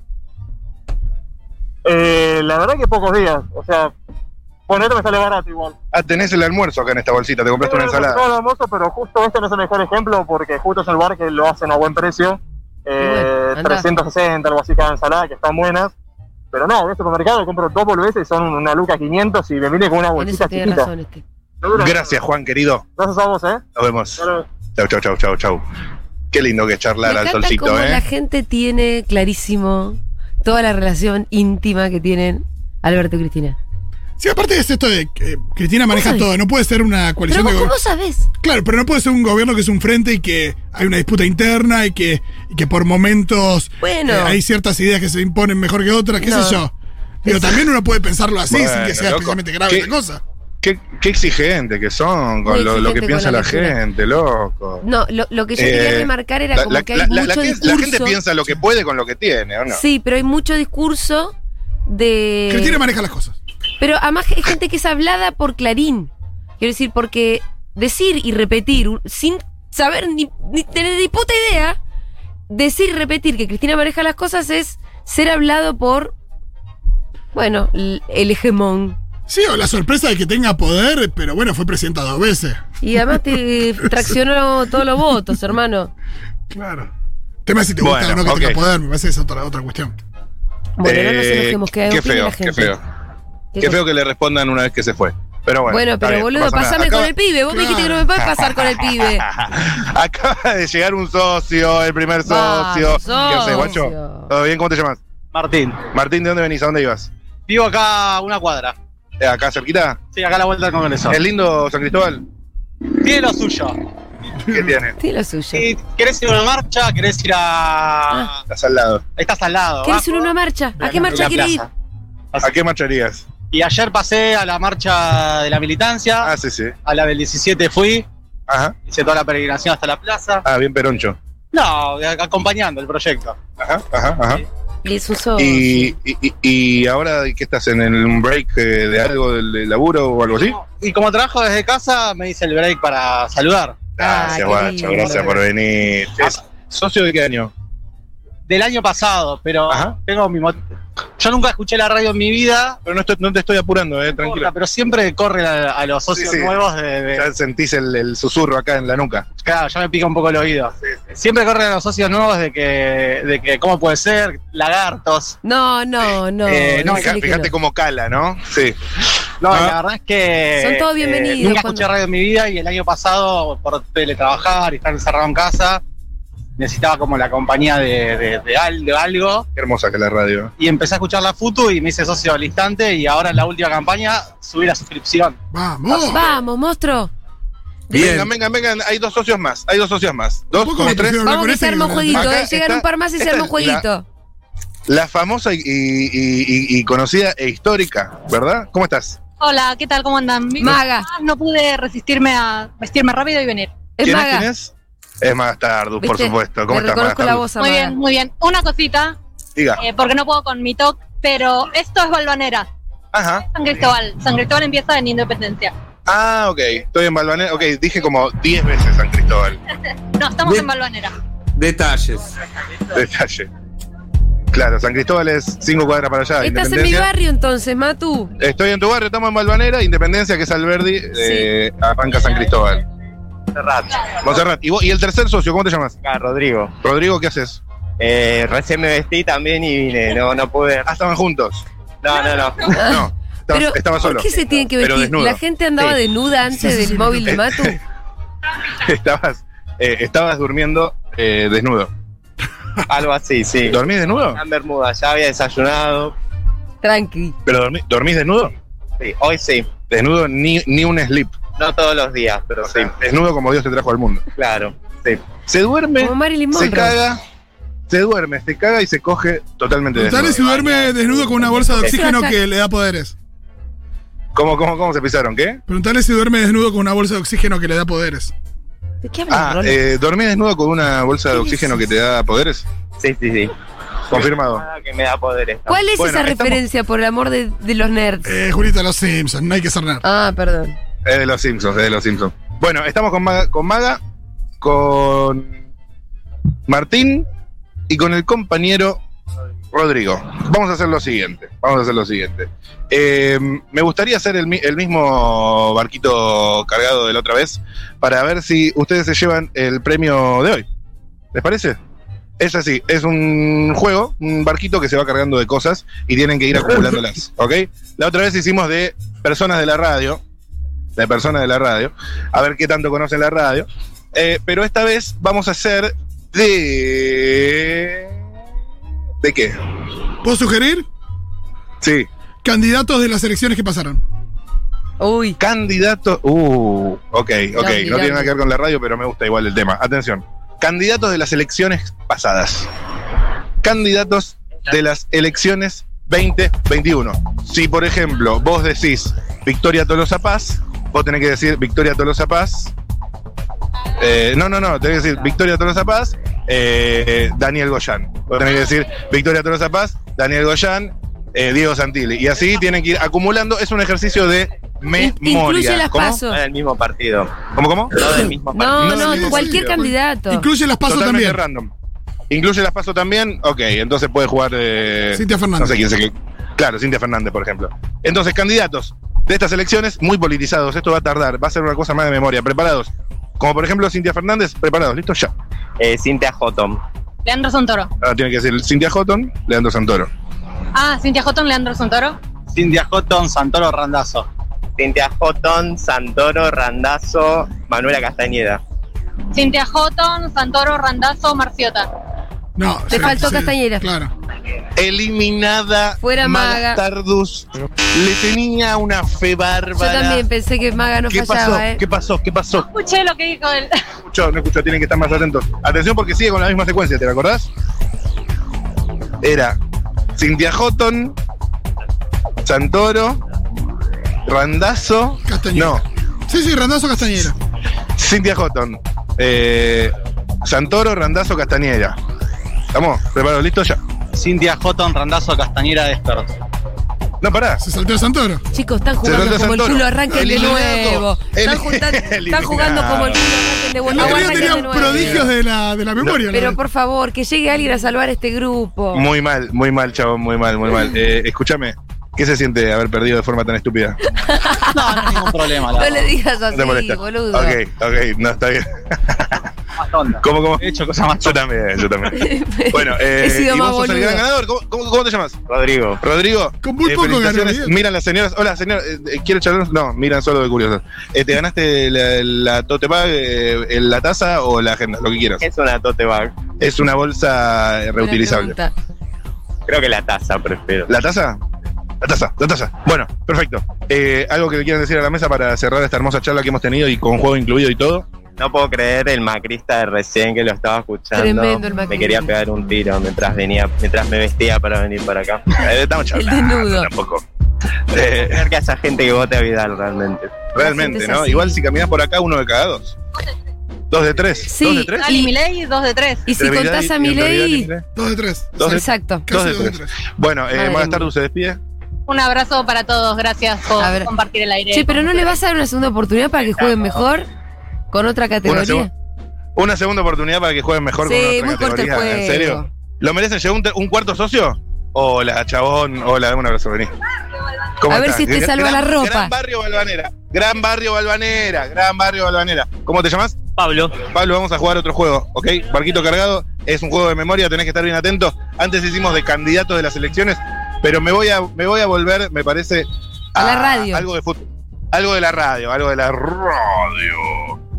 Speaker 5: eh, la verdad que pocos días. O sea, bueno, esto me sale barato igual.
Speaker 4: Ah, tenés el almuerzo acá en esta bolsita, te compraste una
Speaker 5: Tengo
Speaker 4: ensalada.
Speaker 5: preparado el almuerzo, pero justo este no es el mejor ejemplo porque justo es el bar que lo hacen a buen precio. Eh,
Speaker 1: Y bueno, andá.
Speaker 5: 360, algo así cada ensalada, que están buenas. Pero no, en el supermercado compro dos boludeces, son una luca 500 y me viene con una
Speaker 1: En eso
Speaker 5: bolsita
Speaker 1: tiene
Speaker 5: chiquita.
Speaker 1: razón este.
Speaker 5: No dura
Speaker 4: Gracias, Juan, querido.
Speaker 5: nada. Gracias a vos, ¿eh?
Speaker 4: Nos vemos.
Speaker 5: Ahora-
Speaker 4: Chau, chau, chau, chau, chau. Qué lindo que charlar
Speaker 1: Me
Speaker 4: al
Speaker 1: encanta
Speaker 4: solcito,
Speaker 1: cómo
Speaker 4: ¿eh?
Speaker 1: la gente tiene clarísimo toda la relación íntima que tienen Alberto y Cristina.
Speaker 2: Sí, aparte es esto de que eh, Cristina maneja
Speaker 1: sabés?
Speaker 2: todo, no puede ser una
Speaker 1: Pero
Speaker 2: coalición
Speaker 1: vos,
Speaker 2: de
Speaker 1: ¿cómo
Speaker 2: gobierno.
Speaker 1: sabés?
Speaker 2: Claro, pero no puede ser un gobierno que es un frente y que hay una disputa interna y que, y que por momentos
Speaker 1: Bueno.
Speaker 2: eh, hay ciertas ideas que se imponen mejor que otras, qué
Speaker 1: No.
Speaker 2: sé yo. Digo, también uno puede pensarlo así sin que
Speaker 4: Bueno,
Speaker 2: sea
Speaker 4: loco.
Speaker 2: especialmente grave
Speaker 4: ¿Qué?
Speaker 2: esa cosa.
Speaker 4: Qué, qué exigente que son con
Speaker 1: Muy
Speaker 4: lo, lo que
Speaker 1: exigente
Speaker 4: piensa
Speaker 1: con la
Speaker 4: la,
Speaker 1: lectura.
Speaker 4: gente, loco.
Speaker 1: No, lo, lo que yo
Speaker 4: Eh,
Speaker 1: quería remarcar era
Speaker 4: La,
Speaker 1: como
Speaker 4: la-
Speaker 1: que hay
Speaker 4: la- la-
Speaker 1: mucho
Speaker 4: la gente- la
Speaker 1: discurso.
Speaker 4: gente piensa lo que puede con lo que tiene, ¿o no?
Speaker 1: Sí, pero hay mucho discurso de.
Speaker 2: Cristina maneja las cosas.
Speaker 1: Pero además hay gente que es hablada por Clarín. Quiero decir, porque decir y repetir un- sin saber ni, ni tener ni puta idea, decir y repetir que Cristina maneja las cosas es ser hablado por, bueno, l- el hegemón.
Speaker 2: Sí, o la sorpresa de que tenga poder, pero bueno, fue presidenta dos veces.
Speaker 1: Y además te traccionó todos los votos, hermano.
Speaker 2: Claro. Tema es si te gusta
Speaker 4: Bueno,
Speaker 2: o no que
Speaker 4: ok.
Speaker 2: tenga poder, me parece que es otra, otra cuestión.
Speaker 1: Bueno, no nos
Speaker 4: Eh,
Speaker 1: enojemos, que
Speaker 4: qué
Speaker 1: opine
Speaker 4: feo,
Speaker 1: la gente.
Speaker 4: qué feo. Qué feo que le respondan una vez que se fue. Pero bueno.
Speaker 1: Bueno,
Speaker 4: está
Speaker 1: pero
Speaker 4: bien,
Speaker 1: boludo,
Speaker 4: no pasa nada.
Speaker 1: pasame
Speaker 4: Acaba-
Speaker 1: con el pibe. Vos me dijiste que no
Speaker 2: Claro.
Speaker 1: me podés pasar con el pibe.
Speaker 4: Acaba de llegar un socio, el primer socio.
Speaker 1: Vamos,
Speaker 4: ¿Qué haces,
Speaker 1: socio.
Speaker 4: guacho? ¿Todo bien? ¿Cómo te llamas?
Speaker 6: Martín,
Speaker 4: Martín, ¿de dónde venís? ¿A dónde ibas?
Speaker 6: vivo acá a una cuadra.
Speaker 4: Eh, ¿Acá cerquita?
Speaker 6: Sí, acá a la vuelta del Congreso.
Speaker 4: ¿Es lindo San Cristóbal?
Speaker 6: Tiene lo suyo.
Speaker 4: ¿Qué tiene?
Speaker 1: Tiene lo suyo. Ah.
Speaker 6: Si querés ir a una marcha, querés ir a.
Speaker 4: Estás al lado.
Speaker 6: Estás al lado.
Speaker 1: ¿Querés ir a una
Speaker 6: abajo,
Speaker 1: marcha? ¿A
Speaker 6: en
Speaker 1: qué
Speaker 6: una
Speaker 1: marcha quiere ir?
Speaker 6: plaza.
Speaker 4: ¿A qué marcharías?
Speaker 6: Y ayer pasé a la marcha de la militancia.
Speaker 4: Ah, sí, sí.
Speaker 6: A la del 17 fui.
Speaker 4: Ajá.
Speaker 6: Hice toda la peregrinación hasta la plaza.
Speaker 4: Ah, bien peroncho.
Speaker 6: No, a- acompañando el proyecto.
Speaker 4: Ajá, ajá, ajá.
Speaker 1: Y es un socio.
Speaker 4: Y, y, y ahora, ¿qué estás? ¿En el un break eh, de algo del del laburo o algo así?
Speaker 6: Y como trabajo desde casa, me hice el break para saludar.
Speaker 1: Ah, qué
Speaker 4: Gracias, guacho.
Speaker 1: lindo.
Speaker 4: Gracias por venir. Es- ¿Socio de qué año?
Speaker 6: Ah, Del año pasado, pero
Speaker 4: Ajá.
Speaker 6: tengo mi mot- Yo nunca escuché la radio en mi vida.
Speaker 4: Pero no, estoy- no te estoy apurando, eh, tranquilo.
Speaker 6: Pero siempre corre a, a los socios
Speaker 4: Sí, sí.
Speaker 6: nuevos de- de,
Speaker 4: Ya sentís el, el susurro acá en la nuca.
Speaker 6: Claro, ya me pica un poco el oído. Siempre corren los socios nuevos de que, de que cómo puede ser, lagartos.
Speaker 1: No, no, no.
Speaker 4: Eh, no,
Speaker 1: decile
Speaker 4: fija-
Speaker 1: que
Speaker 4: fíjate
Speaker 1: no.
Speaker 4: cómo cala, ¿no? Sí.
Speaker 6: No,
Speaker 4: Ah.
Speaker 6: la verdad es que.
Speaker 1: Son todos
Speaker 6: eh,
Speaker 1: bienvenidos,
Speaker 6: nunca
Speaker 1: Juan.
Speaker 6: escuché radio en mi vida y el año pasado, por teletrabajar y estar encerrado en casa, necesitaba como la compañía de, de- de al- de algo.
Speaker 4: Qué hermosa que es la radio.
Speaker 6: Y empecé a escuchar la Futu y me hice socio al instante. Y ahora en la última campaña subí la suscripción.
Speaker 2: Vamos.
Speaker 1: Vamos, monstruo.
Speaker 4: Vengan, vengan, vengan. Hay dos socios más. Hay dos socios más. Dos
Speaker 2: Un poco
Speaker 4: o
Speaker 2: me
Speaker 4: tres.
Speaker 2: prefiero-
Speaker 1: Vamos
Speaker 2: con
Speaker 1: que
Speaker 2: este
Speaker 1: se arma un
Speaker 2: que-
Speaker 1: jueguito.
Speaker 4: Acá
Speaker 1: eh. Llegan
Speaker 4: está-
Speaker 1: un par más y se
Speaker 4: esta
Speaker 1: arma un
Speaker 4: es la-
Speaker 1: jueguito.
Speaker 4: La famosa y, y- y- y- y conocida e histórica, ¿verdad? ¿Cómo estás?
Speaker 7: Hola, ¿qué tal? ¿Cómo andan?
Speaker 1: Maga.
Speaker 7: Ah, No pude resistirme a vestirme rápido y venir.
Speaker 1: Es
Speaker 4: ¿Quién es?
Speaker 1: maga.
Speaker 4: ¿Quién es? Es Magastardu, por
Speaker 1: ¿Viste?
Speaker 4: supuesto. ¿Cómo
Speaker 1: Te
Speaker 4: estás,
Speaker 1: reconozco la
Speaker 4: Magastardu?
Speaker 1: voz,
Speaker 7: Muy
Speaker 1: Amaga.
Speaker 7: bien, muy bien. Una cosita,
Speaker 4: Diga.
Speaker 7: eh, porque no puedo con mi talk, pero esto es Balvanera,
Speaker 4: Ajá.
Speaker 7: San Cristóbal. San Cristóbal empieza en Independencia.
Speaker 4: Ah, ok. Estoy en Balvanera. Ok, dije como 10 veces San Cristóbal.
Speaker 7: No, estamos
Speaker 3: Bien.
Speaker 7: en Balvanera.
Speaker 3: Detalles.
Speaker 4: Detalle. Claro, San Cristóbal es 5 cuadras para allá.
Speaker 1: Estás en mi
Speaker 4: Ah, Independencia.
Speaker 1: barrio entonces, Matu.
Speaker 4: Estoy en tu barrio, estamos en Balvanera, Independencia, que es Alberdi, eh, arranca San Cristóbal. Monserrat. ¿Y, vos- ¿Y el tercer socio, cómo te llamas?
Speaker 8: Acá, Ah, Rodrigo.
Speaker 4: Rodrigo, ¿qué haces?
Speaker 8: Eh, recién me vestí también y vine, no, no pude.
Speaker 4: Ah, estaban juntos.
Speaker 8: No, no, no.
Speaker 4: No, estabas,
Speaker 1: Pero,
Speaker 4: estabas
Speaker 1: ¿Por
Speaker 4: solo.
Speaker 1: qué se tienen que
Speaker 4: Pero
Speaker 1: vestir?
Speaker 4: desnudo.
Speaker 1: La gente andaba
Speaker 4: Sí.
Speaker 1: desnuda antes del móvil de Matu.
Speaker 4: Estabas, eh, estabas durmiendo eh, desnudo.
Speaker 8: Algo así, sí.
Speaker 4: ¿Dormís desnudo?
Speaker 8: Acá en Bermuda, ya había desayunado.
Speaker 1: Tranqui.
Speaker 4: ¿Pero dormí- dormís desnudo?
Speaker 8: Sí, hoy sí.
Speaker 4: Desnudo ni, ni un slip.
Speaker 8: No todos los días, pero
Speaker 4: O
Speaker 8: sí,
Speaker 4: sea, desnudo como Dios te trajo al mundo.
Speaker 8: claro.
Speaker 4: Se duerme,
Speaker 1: Como Marilyn
Speaker 4: se
Speaker 1: Monroe.
Speaker 4: caga, se duerme, se caga y se coge totalmente
Speaker 2: Total, si
Speaker 4: desnudo.
Speaker 2: duerme desnudo con una bolsa de oxígeno que le da poderes.
Speaker 4: ¿Cómo, cómo, cómo se pisaron? ¿Qué?
Speaker 2: Preguntale si duerme desnudo con una bolsa de oxígeno que le da poderes.
Speaker 1: ¿De qué hablas,
Speaker 4: Ah,
Speaker 1: Rolo?
Speaker 4: eh, ¿dormí desnudo con una bolsa de oxígeno que te da poderes?
Speaker 8: Sí, sí, sí.
Speaker 4: Confirmado.
Speaker 8: Nada que me da poderes.
Speaker 1: ¿Cuál es
Speaker 4: bueno,
Speaker 1: esa
Speaker 4: estamos-
Speaker 1: referencia, por el amor de, de los nerds?
Speaker 2: Eh, Julita, los Simpsons, no hay que ser nerd.
Speaker 1: Ah, perdón.
Speaker 4: Es de los Simpsons, es de los Simpsons. Bueno, estamos con Maga, con, Maga, con Martín y con el compañero Rodrigo. Vamos a hacer lo siguiente. Vamos a hacer lo siguiente. Eh, me gustaría hacer el, mi- el mismo barquito cargado de la otra vez para ver si ustedes se llevan el premio de hoy. ¿Les parece? Es así, es un juego, un barquito que se va cargando de cosas y tienen que ir acumulándolas, ¿ok? La otra vez hicimos de personas de la radio, de personas de la radio, a ver qué tanto conocen la radio, Eh, pero esta vez vamos a hacer de... ¿De qué?
Speaker 2: ¿Puedo sugerir?
Speaker 4: Sí,
Speaker 2: Candidatos de las elecciones que pasaron.
Speaker 1: Uy,
Speaker 4: Candidatos. Uh, ok, ok.
Speaker 1: Candidato.
Speaker 4: No tiene nada que ver con la radio, pero me gusta igual el tema. Atención. Candidatos de las elecciones pasadas. Candidatos de las elecciones 2021. Si, por ejemplo, vos decís Victoria Tolosa Paz, vos tenés que decir Victoria Tolosa Paz. Eh, no, no, no, tenés que decir Victoria Tolosa Paz, eh, Daniel Goyán. Vos tenés que decir Victoria Tolosa Paz, Daniel Goyán, eh, Diego Santilli. Y así tienen que ir acumulando. Es un ejercicio de
Speaker 1: in-
Speaker 4: memoria.
Speaker 1: incluye las
Speaker 4: ¿Cómo?
Speaker 1: pasos.
Speaker 8: No Ah, del mismo partido.
Speaker 4: ¿Cómo, cómo?
Speaker 8: No del mismo partido.
Speaker 1: No,
Speaker 2: no,
Speaker 1: no,
Speaker 2: sí,
Speaker 1: cualquier
Speaker 2: sí,
Speaker 1: candidato.
Speaker 2: Incluye las pasos
Speaker 4: Totalmente
Speaker 2: también.
Speaker 4: random. Incluye las paso también, ok, entonces puede jugar. eh,
Speaker 2: Cintia
Speaker 4: no
Speaker 2: Fernández.
Speaker 4: sé quién se Claro, Cintia Fernández, por ejemplo. Entonces, candidatos de estas elecciones muy politizados. Esto va a tardar, va a ser una cosa más de memoria. Preparados. Como por ejemplo Cintia Fernández, preparados, listo ya.
Speaker 8: Eh, Cintia Houghton.
Speaker 7: Leandro Santoro.
Speaker 4: Ahora tiene que decir Cintia Houghton, Leandro Santoro.
Speaker 7: Ah, Cintia Houghton, Leandro Santoro.
Speaker 6: Cintia Houghton, Santoro, Randazo.
Speaker 8: Cintia Houghton, Santoro, Randazo, Manuela Castañeda.
Speaker 7: Cintia Houghton, Santoro, Randazo, Marciota.
Speaker 2: No,
Speaker 1: Te faltó Castañera.
Speaker 2: Claro.
Speaker 4: Eliminada.
Speaker 1: Fuera Maga.
Speaker 4: Tardus. Le tenía una fe
Speaker 1: Yo
Speaker 4: bárbara.
Speaker 1: también pensé que Maga no
Speaker 4: ¿Qué
Speaker 1: fallaba,
Speaker 4: pasó?
Speaker 1: ¿eh?
Speaker 4: ¿Qué pasó? ¿Qué pasó?
Speaker 7: Escuché lo que dijo él.
Speaker 4: escuchó, no escuchó, tienen que estar más atentos. Atención porque sigue con la misma secuencia, ¿te la acordás? Era Cintia Houghton, Santoro, Randazo.
Speaker 2: Castañeda.
Speaker 4: No,
Speaker 2: Sí, sí, Randazo Castañera.
Speaker 4: Cintia Houghton. eh, Santoro, Randazo, Castañeda. Vamos, preparados, listo ya.
Speaker 6: Cintia Houghton, Randazo, Castañera, Espert.
Speaker 4: No, pará.
Speaker 2: Se saltó el Santoro.
Speaker 1: Chicos, están jugando
Speaker 4: Se trata
Speaker 1: como el
Speaker 4: Santoro.
Speaker 1: culo, arranquen de
Speaker 4: Eliminado.
Speaker 1: nuevo. Están,
Speaker 4: Eli-
Speaker 1: juntan- están
Speaker 4: Eliminado.
Speaker 1: jugando como el culo, arranquen de
Speaker 2: El otro
Speaker 1: vuelta.
Speaker 2: día
Speaker 1: Arranquen de
Speaker 2: tenían
Speaker 1: nuevo.
Speaker 2: prodigios de la, de la memoria. la
Speaker 1: Pero
Speaker 2: verdad.
Speaker 1: por favor, que llegue alguien a salvar este grupo.
Speaker 4: Muy mal, muy mal, chabón, muy mal, muy mal. Eh, escúchame, ¿qué se siente haber perdido de forma tan estúpida?
Speaker 6: No, no hay ningún problema. La
Speaker 1: No le
Speaker 6: verdad.
Speaker 1: digas
Speaker 4: No te
Speaker 1: así,
Speaker 4: molesta.
Speaker 1: boludo.
Speaker 4: Ok, ok, no está bien.
Speaker 6: Más tonta.
Speaker 4: ¿Cómo, cómo?
Speaker 6: He hecho cosas más
Speaker 4: Yo también, yo también. Bueno, eh,
Speaker 1: He sido
Speaker 4: y
Speaker 1: más
Speaker 4: vos sos el
Speaker 1: boludo.
Speaker 4: gran ganador. ¿Cómo, cómo- cómo te llamas?
Speaker 8: Rodrigo.
Speaker 4: Rodrigo.
Speaker 2: Con muy
Speaker 4: eh,
Speaker 2: poco
Speaker 4: felicitaciones.
Speaker 2: ganó, bien.
Speaker 4: Miran las señoras. Hola, señor. eh, eh, ¿Quiere charlar? No, miran solo de curiosos. Eh, ¿Te ganaste la, la tote bag, eh, eh, la taza o la agenda? Lo que quieras.
Speaker 8: Es una tote bag.
Speaker 4: Es una bolsa eh,
Speaker 1: Buena
Speaker 4: reutilizable.
Speaker 1: pregunta.
Speaker 8: Creo que la taza prefiero.
Speaker 4: ¿La taza? La taza, la taza. Bueno, perfecto. Eh, ¿Algo que le quieran decir a la mesa para cerrar esta hermosa charla que hemos tenido y con juego incluido y todo?
Speaker 8: No puedo creer el macrista de recién que lo estaba escuchando.
Speaker 1: Tremendo el
Speaker 8: Me
Speaker 1: macrista.
Speaker 8: quería pegar un tiro mientras venía, mientras me vestía para venir para acá.
Speaker 4: Eh, estamos
Speaker 1: El
Speaker 4: charlando.
Speaker 1: desnudo.
Speaker 4: Tampoco.
Speaker 8: Eh,
Speaker 4: Eh,
Speaker 8: Creer que haya gente que vote a Vidal realmente.
Speaker 4: realmente,
Speaker 1: gente es
Speaker 4: ¿no?
Speaker 1: así.
Speaker 4: Igual si caminas por acá, uno de cada dos. Dos de tres.
Speaker 1: Sí. Ah.
Speaker 4: Dos de tres.
Speaker 7: Dale, Milei, dos de tres.
Speaker 1: Y si
Speaker 4: Entre
Speaker 1: contás
Speaker 4: Vidal
Speaker 1: a
Speaker 4: y- entre Vidal y
Speaker 1: Milei,
Speaker 4: Milei.
Speaker 2: Dos de tres.
Speaker 4: Dos de-
Speaker 1: exacto.
Speaker 2: Casi
Speaker 4: dos de tres. Bueno, eh,
Speaker 1: Madre
Speaker 4: Maga
Speaker 1: mía.
Speaker 4: Stardust se despide.
Speaker 7: Un abrazo para todos. Gracias por
Speaker 1: A ver.
Speaker 7: compartir el aire.
Speaker 1: Che, pero no le vas a dar una segunda oportunidad para que jueguen mejor con otra
Speaker 4: Una,
Speaker 1: categoría.
Speaker 4: segu- una segunda oportunidad para que jueguen mejor con
Speaker 1: Sí,
Speaker 4: otra
Speaker 1: muy corto el
Speaker 4: categoría.
Speaker 1: juego.
Speaker 4: ¿En serio? ¿Lo merecen? ¿Llegó un, te- un cuarto socio? Hola, chabón. Hola, dame un abrazo, vení. ¿Cómo
Speaker 1: A ver
Speaker 4: estás?
Speaker 1: si te
Speaker 4: Gran-
Speaker 1: salva la
Speaker 4: gran-
Speaker 1: ropa.
Speaker 4: Gran barrio Balvanera. Gran barrio Balvanera. Gran barrio Balvanera. ¿Cómo te llamas?
Speaker 6: Pablo.
Speaker 4: Pablo, vamos a jugar otro juego, ¿ok? Barquito cargado, es un juego de memoria, tenés que estar bien atento. Antes hicimos de candidatos de las elecciones, pero me voy a, me voy a volver, me parece.
Speaker 1: A la radio.
Speaker 4: Algo de fútbol. Algo de la radio, algo de la radio.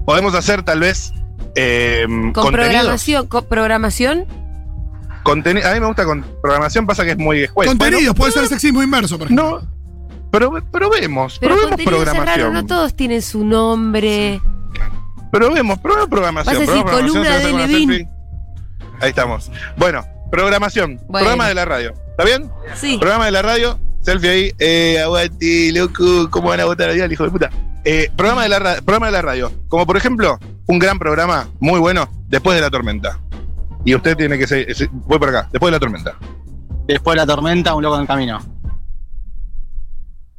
Speaker 4: Podemos hacer tal vez. Eh,
Speaker 1: Con
Speaker 4: contenidos.
Speaker 1: programación, con programación.
Speaker 4: Conteni- a mí me gusta con programación, pasa que es muy escuela.
Speaker 2: Contenidos, puede ser sexismo inverso, por ejemplo.
Speaker 4: no. Pero, probemos,
Speaker 1: Pero
Speaker 4: probemos
Speaker 1: contenido es raro,
Speaker 4: programación.
Speaker 1: no todos tienen su nombre.
Speaker 4: Probemos, probemos
Speaker 1: Vas a
Speaker 4: programación.
Speaker 1: decir
Speaker 4: probemos programación,
Speaker 1: columna
Speaker 4: ¿te vas a
Speaker 1: de
Speaker 4: hacer
Speaker 1: Levin.
Speaker 4: selfie? Ahí estamos. Bueno, programación.
Speaker 1: Bueno.
Speaker 4: Programa de la radio. ¿Está bien?
Speaker 1: Sí.
Speaker 4: Programa de la radio. Selfie ahí. Eh, aguante, loco. ¿Cómo van a votar hoy al hijo de puta? Eh, programa, de la ra- programa de la radio. Como por ejemplo, un gran programa muy bueno, Después de la Tormenta. Y usted tiene que ser. es- Voy por acá, Después de la Tormenta.
Speaker 6: Después de la tormenta, un loco en el camino.